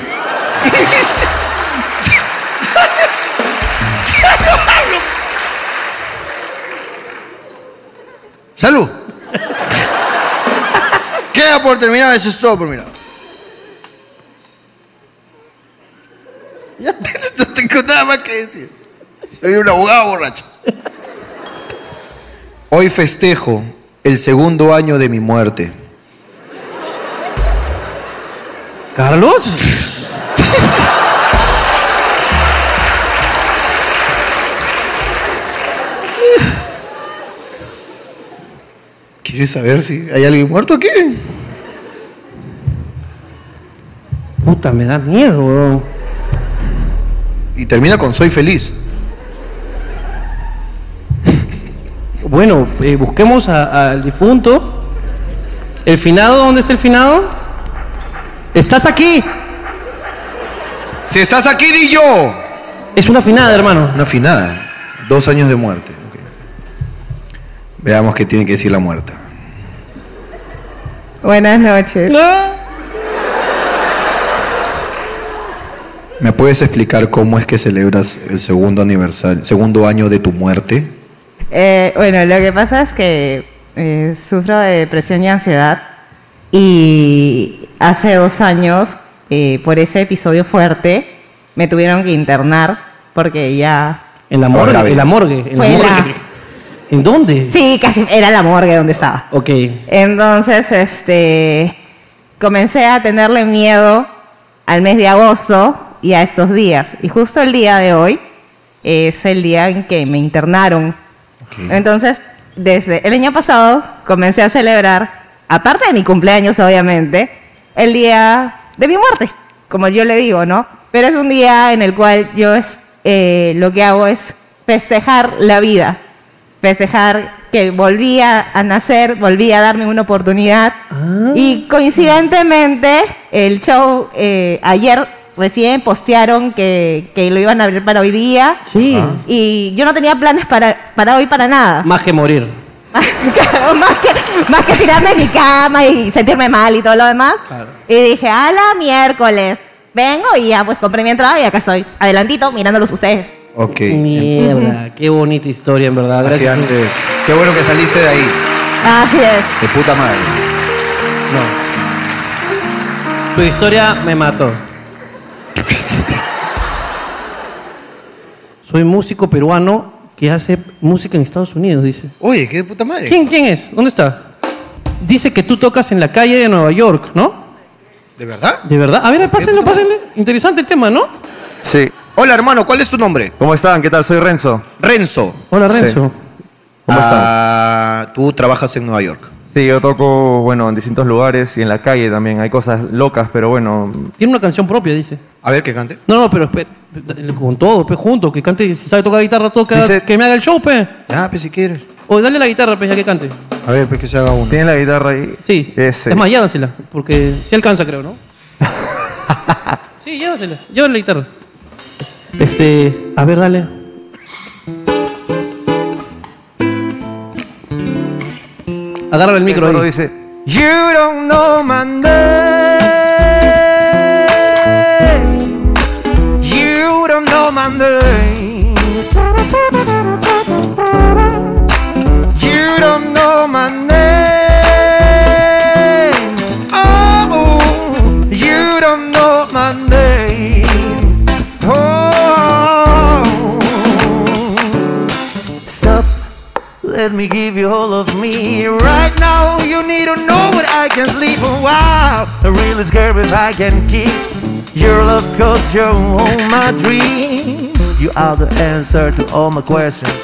no hablo. Salud. Queda por terminar, eso es todo por mi lado. Ya no tengo nada más que decir. Soy un abogado borracho. Hoy festejo el segundo año de mi muerte. ¿Carlos? ¿Quieres saber si hay alguien muerto aquí? Puta, me da miedo, bro. Y termina con soy feliz. Bueno, eh, busquemos a- al difunto. ¿El finado? ¿Dónde está el finado? ¡Estás aquí! Si estás aquí, di yo. Es una afinada, hermano. Una afinada. Dos años de muerte. Ok. Veamos qué tiene que decir la muerta. Buenas noches. ¿Eh? ¿Me puedes explicar cómo es que celebras el segundo aniversario, segundo año de tu muerte? Eh, bueno, lo que pasa es que eh, sufro de depresión y ansiedad y hace dos años, eh, por ese episodio fuerte, me tuvieron que internar porque ya... En Ah, la morgue, en la morgue, en la Fue la- morgue. ¿En dónde? Sí, casi era la morgue donde estaba. Ok. Entonces, este, comencé a tenerle miedo al mes de agosto y a estos días. Y justo el día de hoy es el día en que me internaron. Entonces, desde el año pasado comencé a celebrar, aparte de mi cumpleaños obviamente, el día de mi muerte, como yo le digo, ¿no? Pero es un día en el cual yo es, eh, lo que hago es festejar la vida festejar que volvía a nacer, volvía a darme una oportunidad. Ah. Y coincidentemente, el show eh, ayer recién postearon que, que lo iban a abrir para hoy día. Sí. Y yo no tenía planes para, para hoy para Ah. nada. Ah, Más que morir. más, que, más que tirarme en mi cama y sentirme mal y todo lo demás. Y dije, a la miércoles. Vengo y ya pues compré mi entrada y acá estoy. Adelantito, mirándolos ustedes. Ok. Mierda, qué bonita historia, en verdad. Así Gracias. antes. Qué bueno que saliste de ahí. Así es. De puta madre. No. Tu historia me mató. Soy músico peruano que hace música en Estados Unidos, dice. Oye, qué de puta madre. ¿Quién, quién es? ¿Dónde está? Dice que tú tocas en la calle de Nueva York, ¿no? ¿De verdad? De verdad. A ver, pásenlo, pásenlo. Interesante el tema, ¿no? Sí. Hola, hermano, ¿cuál es tu nombre? ¿Cómo están? ¿Qué tal? Soy Renzo. Renzo. Hola, Renzo. ¿Cómo Ah, Tú trabajas en Nueva York. Sí, yo toco, bueno, en distintos lugares y en la calle también. Hay cosas locas, pero bueno. Tiene una canción propia, dice. A ver, que cante. No, no, pero espera, con todo, pe, junto, que cante, si sabe tocar guitarra, toca, Dice- que me haga el show, pe. Ah, pues si quieres. O dale la guitarra, pe, ya que cante. A ver, pues que se haga uno. ¿Tienes la guitarra ahí? eh, Sí. Ese. Es más, llévansela, porque si alcanza, creo, ¿no? sí, llévansela, llévale la guitarra. Este, a ver, dale. Agarra el micro coro ahí. dice, You don't know my name. You don't know my name. You don't know my name. Oh, you don't know my name. Oh, stop. Let me give you all of me right now. You need to know what I can sleep a while. The realest girl if I can keep your love, cause you're all my dreams. You are the answer to all my questions.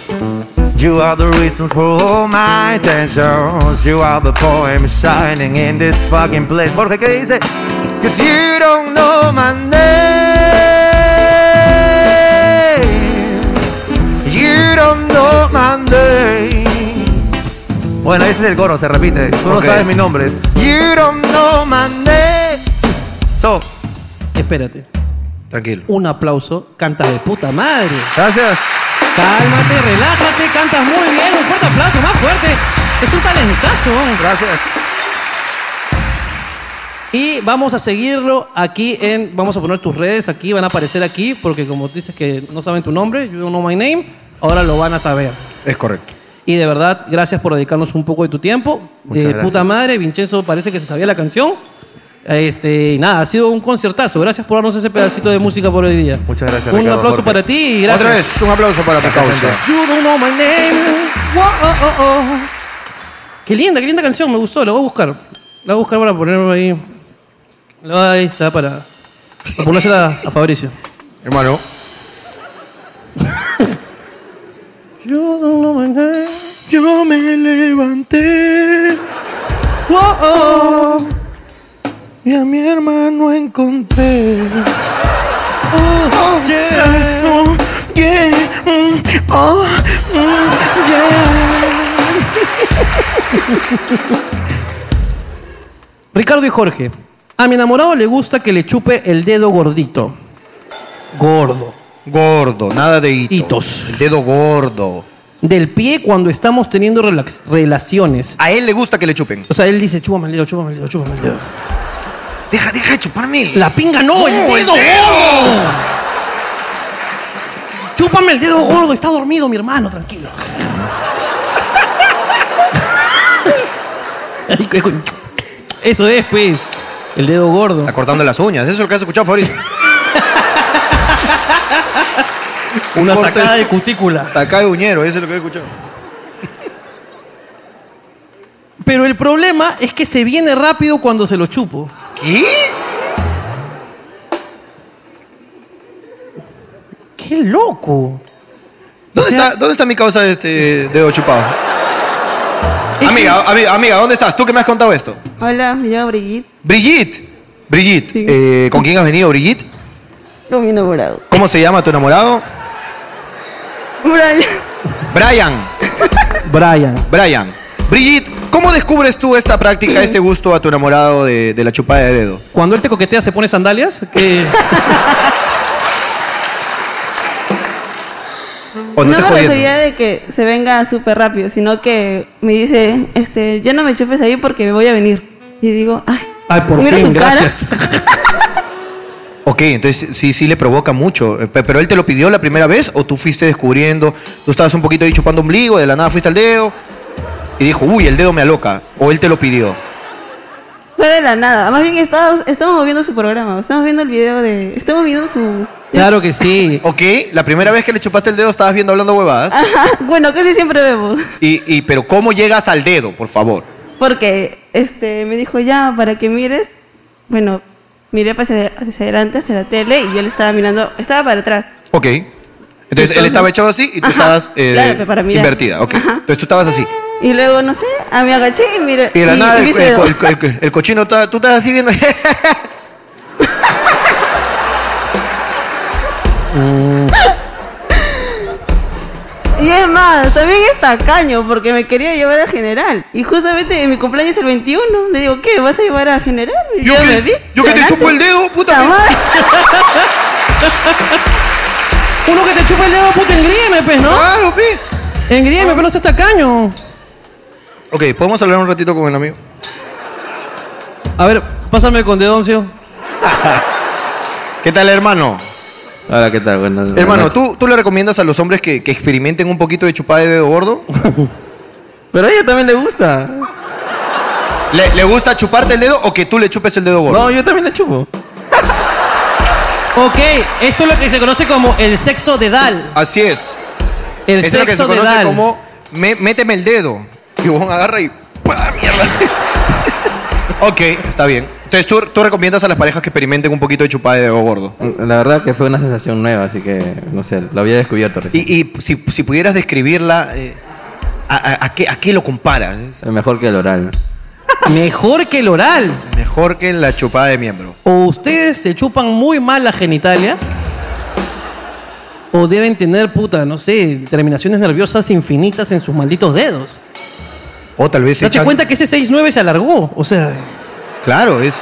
You are the reasons for all my tensions. You are the poem shining in this fucking place. Jorge, ¿qué dice? Cause you don't know my name. You don't know my name. Bueno, ese es el coro, se repite. Tú no Ok. sabes mi nombre. es You don't know my name. So. Espérate. Tranquilo. Un aplauso, canta de puta madre. Gracias. Cálmate, relájate, cantas muy bien. Un fuerte aplauso, más fuerte. Es un talentazo. Gracias. Y vamos a seguirlo aquí en. Vamos a poner tus redes aquí, van a aparecer aquí, porque como dices que no saben tu nombre, you don't know my name, ahora lo van a saber. Es correcto. Y de verdad, gracias por dedicarnos un poco de tu tiempo. Muchas de gracias. puta madre, Vincenzo parece que se sabía la canción. Este, y nada, ha sido un concertazo. Gracias por darnos ese pedacito de música por hoy día. Muchas gracias. Un Ricardo, aplauso Jorge. para ti y gracias. Otra vez, un aplauso para tu causa. You don't know my name. Whoa, oh, oh, oh. Qué linda, qué linda canción, me gustó, la voy a buscar. La voy a buscar para ponerme ahí. La voy a ahí, está para, para ponérsela a Fabricio. Hermano. Yo no me le- yo me levanté. Wow, oh, y a mi hermano encontré. Oh, oh, yeah. Oh, yeah. Mm, oh, mm, yeah. Ricardo y Jorge. A mi enamorado le gusta que le chupe el dedo gordito. Gordo. Gordo, nada de hito. hitos. El dedo gordo. Del pie cuando estamos teniendo relax- relaciones. A él le gusta que le chupen. O sea, él dice, chúpame el dedo, chúpame el dedo, chúpame el dedo. Deja, deja de chuparme. La pinga no, el No, ¡Oh, el dedo dedo. gordo. Chúpame el dedo gordo, está dormido mi hermano, tranquilo. Eso es, pues. El dedo gordo. Está cortando las uñas. Eso es lo que has escuchado, Fabrizio. Una sacada de cutícula. Sacada de uñero, eso es lo que he escuchado. Pero el problema es que se viene rápido cuando se lo chupo. ¿Qué? ¡Qué loco! ¿Dónde, está, ¿Dónde está mi causa de este dedo chupado? amiga, ami- amiga, ¿dónde estás? ¿Tú que me has contado esto? Hola, me llamo Brigitte, Brigitte. Brigitte, eh, ¿con quién has venido, Brigitte? con mi enamorado. ¿Cómo se llama tu enamorado? Brian. Brian. Brian. Brian. Brigitte, ¿cómo descubres tú esta práctica, este gusto a tu enamorado de, de la chupada de dedo? Cuando él te coquetea, se pone sandalias. Que... ¿O no, no te me jodieron? refería de que se venga súper rápido, sino que me dice, este, ya no me chupes ahí porque voy a venir. Y digo, ay, Ay, por mira fin, su cara. gracias. Ok, entonces sí, sí le provoca mucho. Eh, pe- ¿Pero él te lo pidió la primera vez o tú fuiste descubriendo? Tú estabas un poquito ahí chupando ombligo, de la nada fuiste al dedo y dijo, uy, el dedo me aloca. ¿O él te lo pidió? Fue de la nada. Más bien estamos, estamos viendo su programa, estamos viendo el video de, estamos viendo su... Claro que sí. Ok, la primera vez que le chupaste el dedo estabas viendo hablando huevadas. Ajá, bueno, casi siempre vemos. Y, y- pero ¿cómo llegas al dedo, por favor? Porque este me dijo ya para que mires. Bueno, miré hacia, hacia adelante, hacia la tele y yo le estaba mirando, estaba para atrás. Ok. Entonces, él estaba echado así y tú estabas eh, claro, pero para mirar. invertida. Ok. Entonces tú estabas así. Y luego, no sé, ah, me agaché y miré. Y de la nada y el, vi el- ese dedo. el- el- el- el cochino, está- tú estás así viendo. Uh. Y es más, también es tacaño porque me quería llevar a general. Y justamente en mi cumpleaños es el 21. Le digo, ¿qué? ¿Vas a llevar a general? Y yo me vi. yo que te chupo el dedo, puta madre. Uno que te chupa el dedo, puta, engríeme, pues, ¿no? Claro, pe. Engríeme, pero no seas tacaño. Ok, ¿podemos hablar un ratito con el amigo? A ver, pásame con Dedoncio. ¿Qué tal, hermano? Hola, ¿qué tal? Buenas Hermano, buenas- ¿tú, ¿tú le recomiendas a los hombres que, que experimenten un poquito de chupada de dedo gordo? Pero a ella también le gusta. ¿Le, le gusta chuparte el dedo o que tú le chupes el dedo gordo? No, yo también le chupo. Ok, esto es lo que se conoce como el sexo dedal. Así es. El es lo que se sexo conoce dedal. como "Me- méteme el dedo. Y vos agarra y ¡pa, mierda! ok, está bien. Entonces tú, tú recomiendas a las parejas que experimenten un poquito de chupada de dedo gordo. La verdad que fue una sensación nueva, así que no sé, lo había descubierto recién. Y, y si, si pudieras describirla, eh, a, a- a qué, ¿a qué lo comparas? Es Mejor que el oral. Mejor que el oral. Mejor que la chupada de miembro. O ustedes se chupan muy mal la genitalia. O deben tener, puta, no sé, terminaciones nerviosas infinitas en sus malditos dedos. O tal vez se Date echan- cuenta que ese 6-9 se alargó. O sea, Claro, es,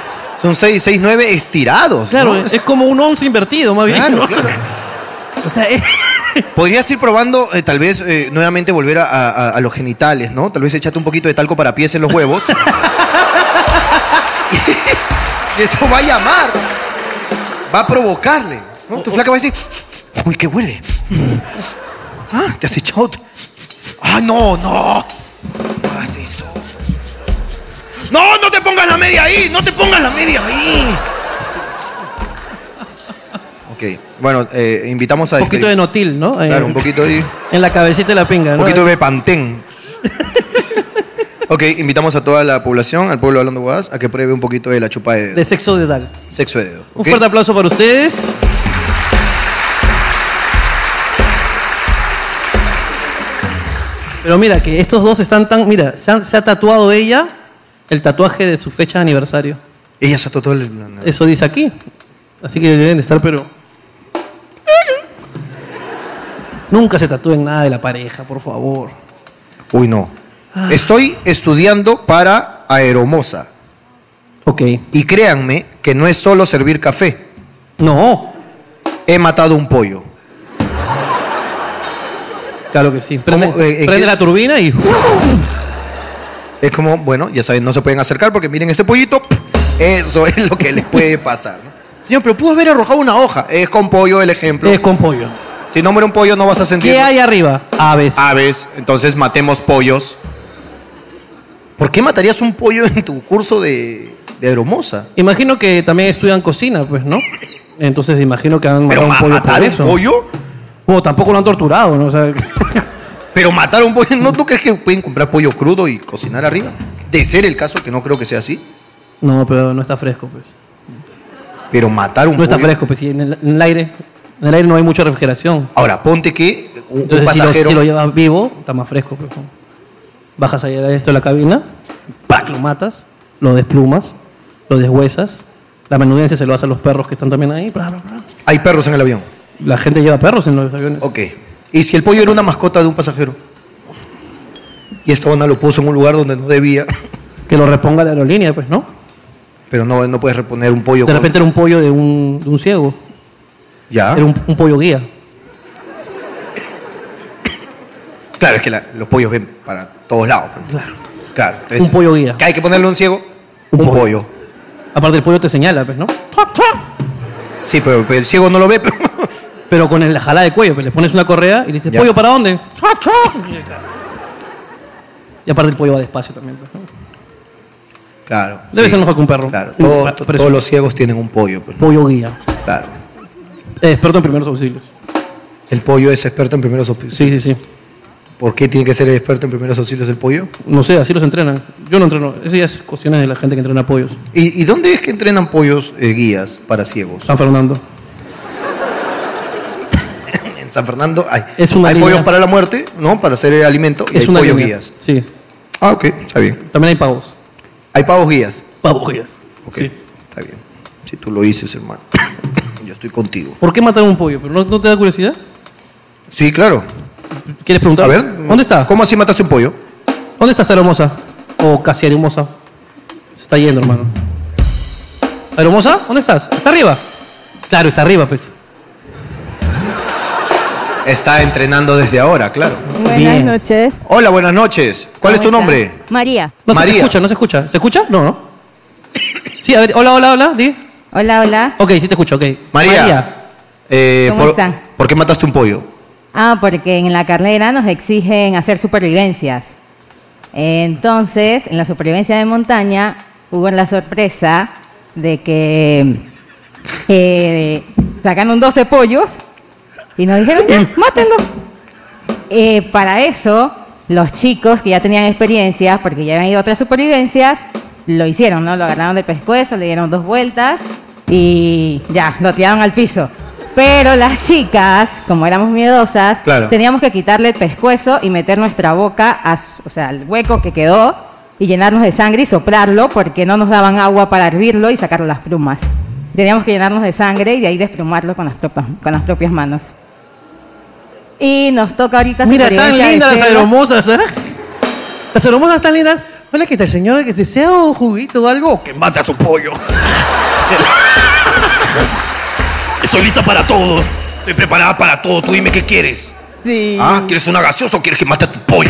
son 6, 6, 9 estirados. claro, ¿no? es como un 11 invertido, más bien. ¿no? Claro, claro. O sea, eh. Podrías ir probando, eh, tal vez, eh, nuevamente volver a, a- a los genitales, ¿no? Tal vez echarte un poquito de talco para pies en los huevos. y eso va a llamar. Va a provocarle. ¿no? Tu flaca va a decir, uy, qué huele. Ah, te has echado. t- Ah, no, no. No hagas eso. No, no te pongas la media ahí. No te pongas la media ahí. Ok, bueno, eh, invitamos a... un poquito de notil, ¿no? Eh, Claro, un poquito de... En la cabecita de la pinga, Un ¿no? poquito de pantén. ok, invitamos a toda la población, al pueblo hablando guadas, a que pruebe un poquito de la chupa de dedo. De sexo dedal. Sexo de dedo. Un ¿ok? fuerte aplauso para ustedes. Pero mira, que estos dos están tan. Mira, se, han- se ha tatuado ella el tatuaje de su fecha de aniversario. Ella se ha tatuado el. Eso dice aquí. Así que deben estar, pero. Nunca se tatúen nada de la pareja, por favor. Uy, no. Ah. Estoy estudiando para Aeromosa. Ok. Y créanme que no es solo servir café. No. he matado un pollo. Claro que sí. Prende, prende la turbina y. Eh, ¡uh! Es como, bueno, ya saben, no se pueden acercar porque miren este pollito. Eso es lo que les puede pasar. ¿no? Señor, pero pudo haber arrojado una hoja. Es con pollo el ejemplo. Es con pollo. Si nombra un pollo no vas a sentir. ¿Qué hay arriba? Aves. Aves. Entonces matemos pollos. ¿Por qué matarías un pollo en tu curso de, de aeromoza? Imagino que también estudian cocina, pues, ¿no? Entonces imagino que han matado Pero un ma- pollo matar por un eso. pollo. O tampoco lo han torturado, ¿no? O sea, Pero matar a un pollo, ¿no tú crees que pueden comprar pollo crudo y cocinar arriba? De ser el caso, que no creo que sea así. no, pero no está fresco, pues. Pero matar un No está pollo- fresco, pues, sí, en el, en el aire. En el aire no hay mucha refrigeración. Ahora, ponte que un, un Entonces, si lo- pasajero. si lo llevas vivo, está más fresco. pues, ¿no? Bajas ayer esto de la cabina, ¡pac! lo matas, lo desplumas, lo deshuesas. La menudencia se lo hace a los perros que están también ahí. bla, bla, bla. Hay perros en el avión. La gente lleva perros en los aviones. Ok. ¿Y si el pollo era una mascota de un pasajero? Y esta onda lo puso en un lugar donde no debía. Que lo reponga la aerolínea, pues, ¿no? Pero no, no puedes reponer un de pollo. con- repente era un pollo de un, de un ciego. Ya. Era un, un pollo guía. Claro, es que la- los pollos ven para todos lados. Claro. Claro. entonces, Un pollo guía. ¿Qué hay que ponerle a un ciego? Un, pollo. Aparte, el pollo te señala, pues, ¿no? Sí, pero, el ciego no lo ve, pero. Pero con el- la jalada de cuello, pues, le pones una correa y le dices, Ya. ¿pollo para dónde? Y aparte, el pollo va despacio también, pues, ¿no? Claro. Debe sí. ser mejor que un perro. Claro. Un todo- pa- to- preso. todos los ciegos tienen un pollo. pues. Pollo guía. Claro. Eh, experto en primeros auxilios. El pollo es experto en primeros auxilios. Sí, sí, sí. ¿Por qué tiene que ser experto en primeros auxilios el pollo? No sé, así los entrenan. Yo no entreno. Esas ya es cuestiones de la gente que entrena pollos. ¿Y, y dónde es que entrenan pollos eh, guías para ciegos? San Fernando. En San Fernando hay, Es una hay línea. pollos para la muerte, ¿no? Para hacer eh, alimento. y es hay una pollos línea. guías. Sí. Ah, ok, está bien. También hay pavos. Hay pavos guías. Pavos guías. Ok, está bien. Si tú lo dices, hermano. Yo estoy contigo. ¿Por qué mataron un pollo? ¿Pero no, no te da curiosidad? Sí, claro. ¿Quieres preguntar? A ver. ¿Dónde está? ¿Cómo así mataste un pollo? ¿Dónde está Saramosa? O casi Aromosa. Se está yendo, hermano. ¿Aromosa? ¿Dónde estás? ¿Está arriba? Claro, está arriba, pues. Está entrenando desde ahora, claro. Buenas noches. Hola, buenas noches. ¿Cuál es tu nombre? María. No se te María. escucha, no se escucha. ¿Se escucha? No, no. Sí, a ver, hola, hola, hola, di. Hola, hola. Ok, sí te escucho, ok. María. Eh, ¿Cómo por, están? ¿Por qué mataste un pollo? Ah, porque en la carrera nos exigen hacer supervivencias. Entonces, en la supervivencia de montaña hubo la sorpresa de que eh, sacaron 12 pollos y nos dijeron, "Ya, mátenlos. Eh, para eso, los chicos que ya tenían experiencias, porque ya habían ido a otras supervivencias, lo hicieron, ¿no? Lo agarraron del pescuezo, le dieron dos vueltas y ya, lo tiraron al piso. Pero las chicas, como éramos miedosas, Claro. teníamos que quitarle el pescuezo y meter nuestra boca, a s- o sea, al hueco que quedó y llenarnos de sangre y soplarlo porque no nos daban agua para hervirlo y sacar las plumas. Teníamos que llenarnos de sangre y de ahí desplumarlo con las, propas- con las propias manos. Y nos toca ahorita Mira, tan supervivencia de lindas las cero. aeromosas, ¿eh? Las aeromosas tan lindas. Hola, ¿qué tal, señora? ¿Que desea un juguito o algo? Que mate a su pollo. Estoy lista para todo. Estoy preparada para todo. Tú dime qué quieres. Sí. Ah, ¿quieres una gaseosa o quieres que mate a tu pollo?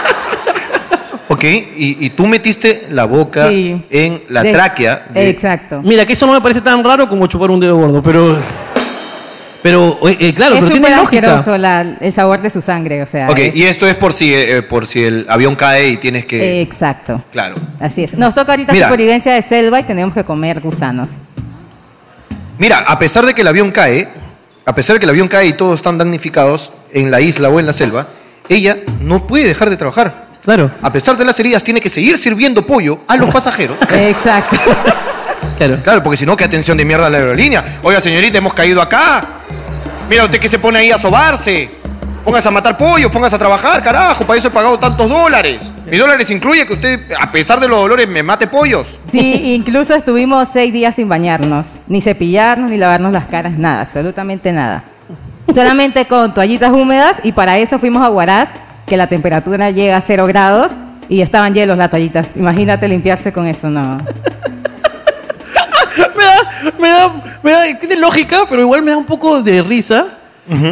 ok, y, y tú metiste la boca Sí. en la De- tráquea. de- Exacto. Mira, que eso no me parece tan raro como chupar un dedo gordo, pero. Pero, eh, eh, claro, es pero tiene súper lógica. asqueroso la- el sabor de su sangre, o sea. Ok, es- y esto es por si, eh, por si el avión cae y tienes que... Exacto. claro. Así es. Nos toca ahorita Mira. supervivencia de selva y tenemos que comer gusanos. Mira, a pesar de que el avión cae, a pesar de que el avión cae y todos están damnificados en la isla o en la selva, ella no puede dejar de trabajar. Claro. A pesar de las heridas, tiene que seguir sirviendo pollo a los pasajeros. Exacto. Claro. porque si no, qué atención de mierda a la aerolínea. Oiga, señorita, hemos caído acá. Mira usted que se pone ahí a sobarse. Póngase a matar pollo, póngase a trabajar, carajo. Para eso he pagado tantos dólares. Mis dólares incluye que usted, a pesar de los dolores, me mate pollos. Sí, incluso estuvimos seis días sin bañarnos, ni cepillarnos, ni lavarnos las caras, nada, absolutamente nada. Solamente con toallitas húmedas y para eso fuimos a Huaraz, que la temperatura llega a cero grados y estaban hielos las toallitas. Imagínate limpiarse con eso, no. me da, me da me da- tiene lógica, pero igual me da un poco de risa,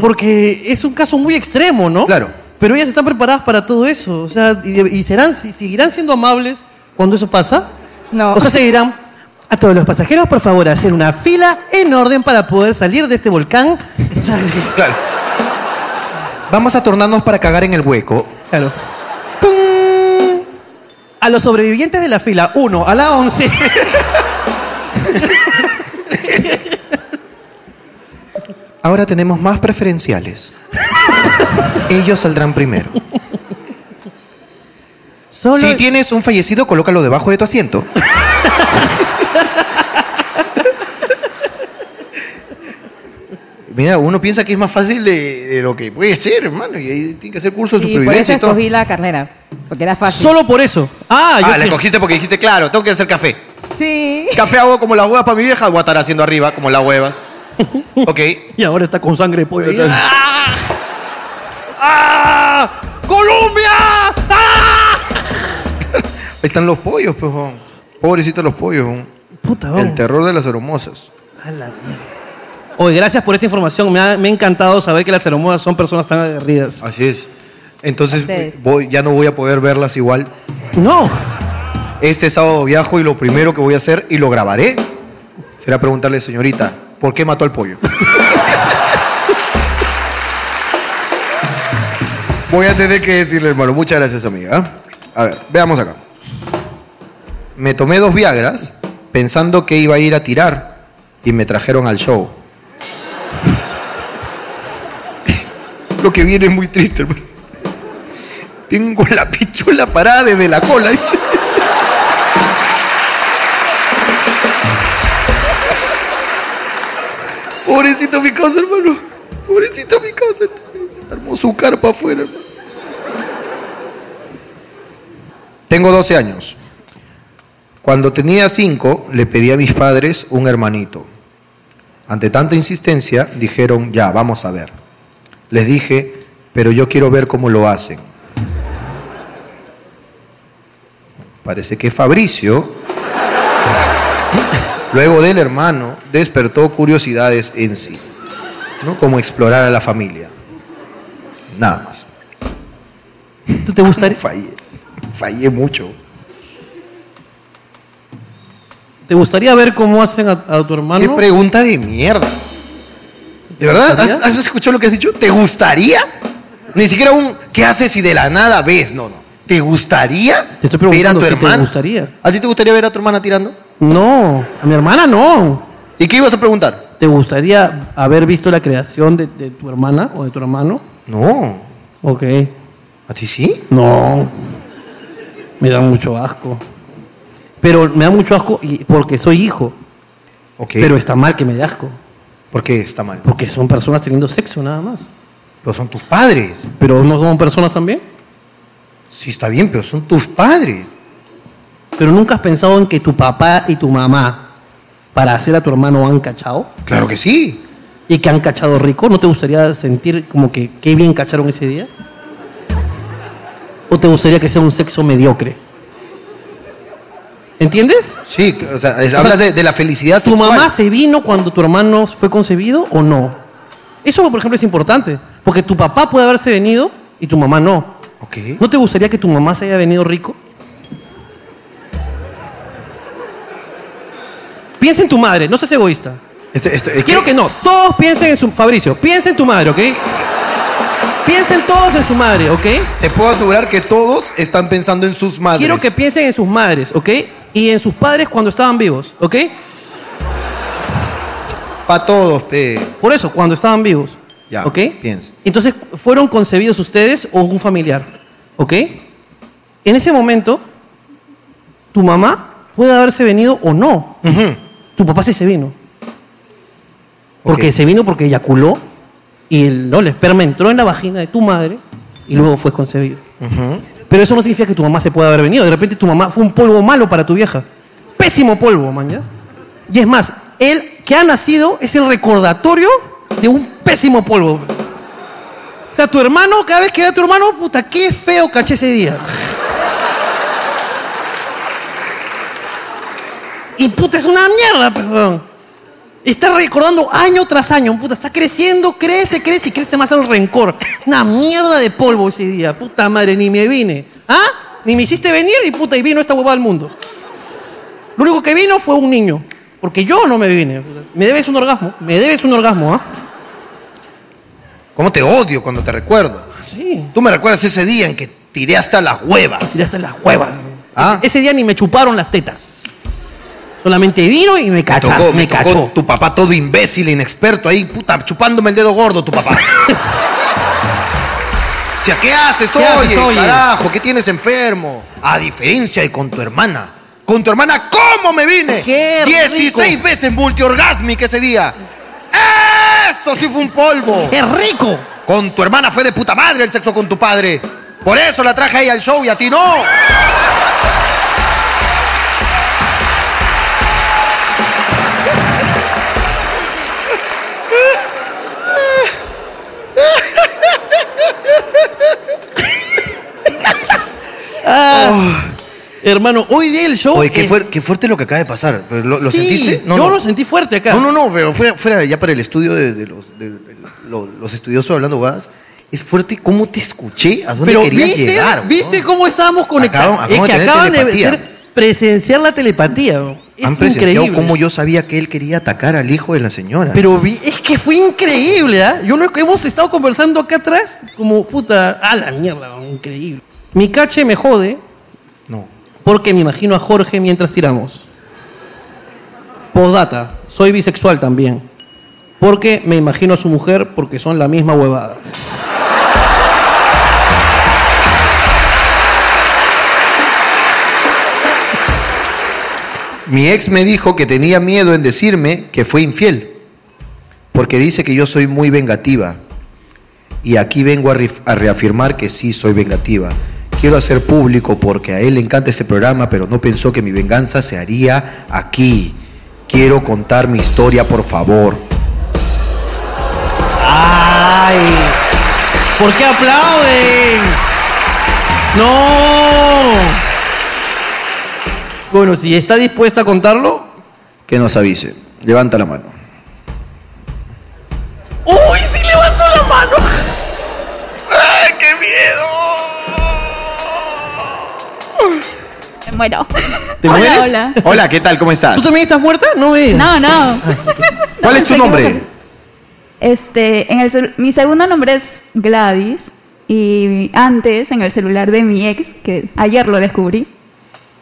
porque es un caso muy extremo, ¿no? Claro. Pero ellas están preparadas para todo eso, o sea, y, y serán, si- seguirán siendo amables cuando eso pasa. No. O sea, seguirán a todos los pasajeros, por favor, hacer una fila en orden para poder salir de este volcán. O sea, Claro. Vamos a tornarnos para cagar en el hueco. Claro. A los sobrevivientes de la fila 1 a la 11. Ahora tenemos más preferenciales. Ellos saldrán primero. Si tienes un fallecido, colócalo debajo de tu asiento. Mira, uno piensa que es más fácil de, de lo que puede ser, hermano. Y ahí tiene que hacer curso Y de por eso supervivencia y todo. escogí la carrera, porque era fácil. Solo por eso. Ah, la escogiste porque dijiste, claro, tengo que hacer café. Sí. Café hago como las huevas para mi vieja, voy a estar haciendo arriba como las huevas. Ok. Y ahora está con sangre de pollo. ¡Ah! ¡Colombia! Ahí están los pollos, pues, huevón. Pobrecitos los pollos, huevón. El terror de las hermosas. Oye, gracias por esta información. Me ha, me ha encantado saber que las ceremodas son personas tan aguerridas. Así es. Entonces voy- ya no voy a poder verlas igual. No. Este sábado viajo y lo primero que voy a hacer, y lo grabaré, será preguntarle, señorita, ¿por qué mató al pollo? voy a tener que decirle, hermano, muchas gracias, amiga. ¿eh? A ver, veamos acá. Me tomé dos Viagras pensando que iba a ir a tirar y me trajeron al show. Lo que viene es muy triste, hermano. Tengo la pichula parada desde la cola. Pobrecito mi casa, hermano. Pobrecito mi casa. Armó su carpa afuera, hermano. Tengo 12 años. Cuando tenía 5, le pedí a mis padres un hermanito. Ante tanta insistencia, dijeron, ya, vamos a ver. Les dije, pero yo quiero ver cómo lo hacen. Parece que Fabricio, luego del hermano, despertó curiosidades en sí, ¿no? Como explorar a la familia. Nada más. ¿Tú te gustaría? Fallé, fallé mucho. ¿Te gustaría ver cómo hacen a, a tu hermano? Qué pregunta de mierda. ¿De verdad? ¿Has, has escuchado lo que has dicho? ¿Te gustaría? Ni siquiera un ¿qué haces si de la nada ves? No, no. ¿Te gustaría Te estoy ver a preguntando tu si hermano? te gustaría. ¿A ti te gustaría ver a tu hermana tirando? No, a mi hermana no. ¿Y qué ibas a preguntar? ¿Te gustaría haber visto la creación de, de tu hermana o de tu hermano? No. Ok. ¿A ti sí? No. Me da mucho asco. Pero me da mucho asco y- porque soy hijo. Ok. Pero está mal que me dé asco. ¿Por qué está mal? Porque son personas teniendo sexo nada más. Pero son tus padres. ¿Pero no son personas también? Sí, está bien, pero son tus padres. Pero nunca has pensado en que tu papá y tu mamá, para hacer a tu hermano, han cachado. Claro que sí. Y que han cachado rico. ¿No te gustaría sentir como que qué bien cacharon ese día? ¿O te gustaría que sea un sexo mediocre? ¿Entiendes? Sí, o sea, es- hablas de, de la felicidad ¿Tu sexual. mamá se vino cuando tu hermano fue concebido o no? Eso, por ejemplo, es importante. Porque tu papá puede haberse venido y tu mamá no. ¿No te gustaría que tu mamá se haya venido rico? Piensa en tu madre, no seas egoísta. Este, Quiero que... no, todos piensen en su... Fabricio, piensa en tu madre, ¿ok? Piensen todos en su madre, ¿ok? Te puedo asegurar que todos están pensando en sus madres. Quiero que piensen en sus madres, ¿ok? Y en sus padres cuando estaban vivos, ¿ok? Para todos, pe. Por eso, cuando estaban vivos. Ya, ¿Ok? piensa. Entonces, ¿fueron concebidos ustedes o un familiar? ¿Ok? En ese momento, tu mamá puede haberse venido o no. Tu papá sí se vino. Porque se vino porque eyaculó y el, no, el esperma entró en la vagina de tu madre y luego fue concebido. Pero eso no significa que tu mamá se pueda haber venido. De repente tu mamá fue un polvo malo para tu vieja. Pésimo polvo, mañas. Y es más, el que ha nacido es el recordatorio de un pésimo polvo. O sea, tu hermano, cada vez que ve a tu hermano, puta, qué feo caché ese día. Y puta, es una mierda, perdón. Está recordando año tras año, puta, está creciendo, crece, crece y crece más el rencor. Una mierda de polvo ese día, puta madre, ni me vine. ¿Ah? Ni me hiciste venir y puta, y vino esta huevada al mundo. Lo único que vino fue un niño, porque yo no me vine. puta. Me debes un orgasmo, me debes un orgasmo, ¿ah? ¿Cómo te odio cuando te recuerdo? Ah, Sí. Tú me recuerdas ese día en que tiré hasta las huevas. ¿Ah? Tiré hasta las huevas. Ese, ese día ni me chuparon las tetas. Solamente vino y me cachó. tocó, me me tocó cachó. tu papá todo imbécil, inexperto ahí, puta, chupándome el dedo gordo tu papá. O sea, ¿qué haces, ¿Qué haces, oye, oye? carajo? ¿Qué tienes enfermo? A diferencia de con tu hermana. Con tu hermana, ¿cómo me vine? ¡Qué 16 rico! veces multiorgásmica ese día. ¡Eso sí fue un polvo! ¡Qué rico! Con tu hermana fue de puta madre el sexo con tu padre. Por eso la traje ahí al show y a ti no. Ah, Hermano, hoy día el show. Oye, qué, es- fuer- qué fuerte lo que acaba de pasar. Pero ¿Lo, lo Sí, sentiste? yo lo sentí fuerte acá. No, no, no, pero fuera, fuera ya para el estudio de, de los, de- de lo- los estudiosos hablando huevadas. Es fuerte cómo te escuché, a dónde Pero querías ¿viste? llegar. ¿Viste cómo estábamos conectados? Acaban- es acaban que de tener acaban de telepatía. ver- presenciar la telepatía. bro. Es Han presenciado increíble. cómo yo sabía que él quería atacar al hijo de la señora. Pero vi- es que fue increíble, ¿ah? Yo lo que hemos estado conversando acá atrás, como puta, a la mierda, bro, increíble. Mi cache me jode. No. Porque me imagino a Jorge mientras tiramos. Postdata, soy bisexual también. Porque me imagino a su mujer porque son la misma huevada. Mi ex me dijo que tenía miedo en decirme que fue infiel, porque dice que yo soy muy vengativa. Y aquí vengo a, rif- a reafirmar que sí soy vengativa. Quiero hacer público porque a él le encanta este programa, pero no pensó que mi venganza se haría aquí. Quiero contar mi historia, por favor. ¡Ay! ¿Por qué aplauden? ¡No! Bueno, si está dispuesta a contarlo. Que nos avise. Levanta la mano. ¡Uy, sí levantó la mano! ¡Ay, qué miedo! Ah. Me muero. ¿Te hola, mueres? hola. Hola, ¿qué tal? ¿Cómo estás? ¿Tú también estás muerta? No me digas. No, no. ¿Cuál es pensé tu que nombre? iba a- Este, en el cel- mi segundo nombre es Gladys y antes en el celular de mi ex, que ayer lo descubrí,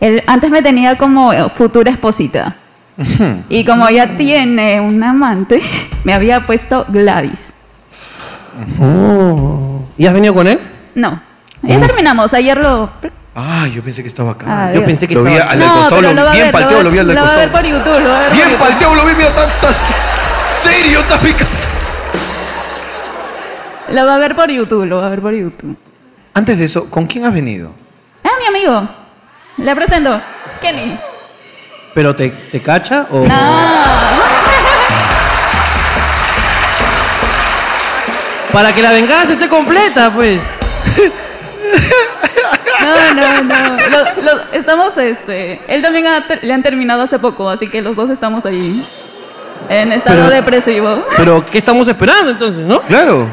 él antes me tenía como eh, futura esposita. 嗯 Y como ya tiene un amante, me había puesto Gladys. Oh. ¿Y has venido con él? No. Ya Uh. terminamos, ayer lo... Ah, yo pensé que estaba acá. Ah, Yo Dios. pensé que lo vi estaba- al del costado, pero lo vi- va a bien ver, va palteado, a- lo vi al del lo va a ver costado. por YouTube, lo va a ver Bien por YouTube. palteado, lo vi, mira, tantas. Serio, estás picando. Lo va a ver por YouTube, lo va a ver por YouTube. Antes de eso, ¿con quién has venido? Ah, mi amigo. Le presento. Kenny. ¿Pero te, te cacha o.? Para que la venganza esté completa, pues. No, no, no. Lo- lo- estamos, este. Él también ha ter- le han terminado hace poco, así que los dos estamos ahí. En estado Pero- depresivo. Pero, ¿qué estamos esperando entonces, no? Claro.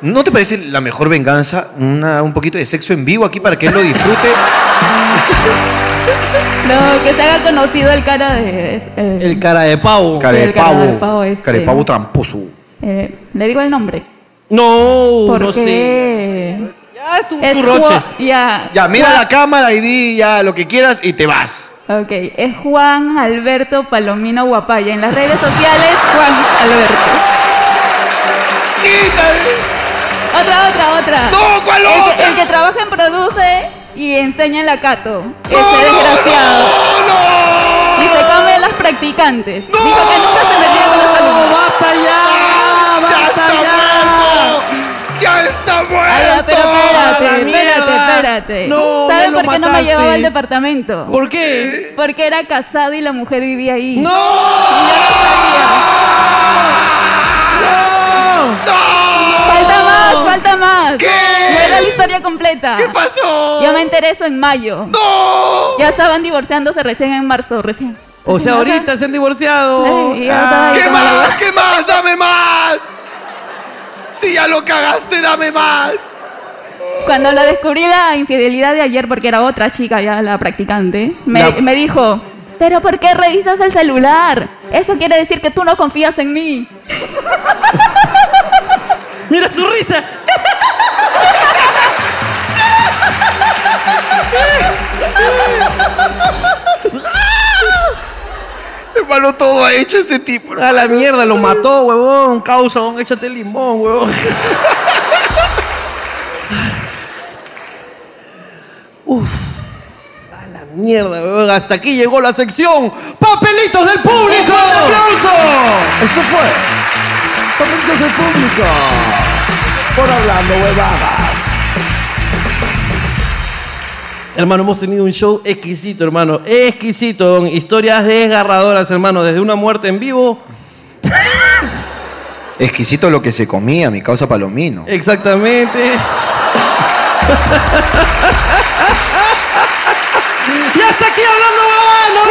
¿No te parece la mejor venganza una- un poquito de sexo en vivo aquí para que él lo disfrute? No, que se haga conocido el cara de. es- eh, El cara de pavo. Cara Sí, de el cara de pavo. pavo este. Cara de pavo tramposo. eh, le digo el nombre. Uh, No, ¿Por no sé. qué? Ya es tu, Es tu roche. Ju- Ya. Ya, mira Juan- la cámara y di ya lo que quieras y te vas. Ok, es Juan Alberto Palomino Guapaya. En las redes sociales, Juan Alberto. Otra, otra, otra. No, ¿cuál el, Que, otra? el que trabaja en Produce y enseña en la Cato. Ese no, desgraciado. Y se come las practicantes. Dijo que nunca se metía con las alumnas. ¡Oh, ¡Basta ya! ¡Basta ya! ¡Ya está muerto! Ala, pero ¡A la espérate, espérate, mierda! espérate. No, ya ¿Saben lo por qué no me mataste. llevaba al departamento? ¿Por qué? Porque era casado y la mujer vivía ahí. ¡No! Falta más, falta más. ¿Qué? No era la historia completa. ¿Qué pasó? Yo me enteré eso en mayo. ¡No! Ya estaban divorciándose recién en marzo, recién. O sea, ahorita se han divorciado. Ay, Ah, ¿Qué más? ¿Qué más? ¡Dame más! Si ya lo cagaste, dame más. Cuando lo descubrí la infidelidad de ayer, porque era otra chica ya la practicante, me, La- me dijo, pero ¿por qué revisas el celular? Eso quiere decir que tú no confías en mí. ¡Mira su risa! Hermano, todo ha hecho ese tipo. A la mierda, lo mató, huevón. Causa, huevón, échate limón, huevón. Uf. A la mierda, huevón. Hasta aquí llegó la sección Papelitos del Público. ¡Un aplauso! Esto fue Papelitos del Público. Por hablando huevadas. Hermano, hemos tenido un show exquisito, hermano. Exquisito, con historias desgarradoras, hermano. Desde una muerte en vivo. Exquisito lo que se comía, mi causa palomino. Exactamente. Y hasta aquí hablando huevadas.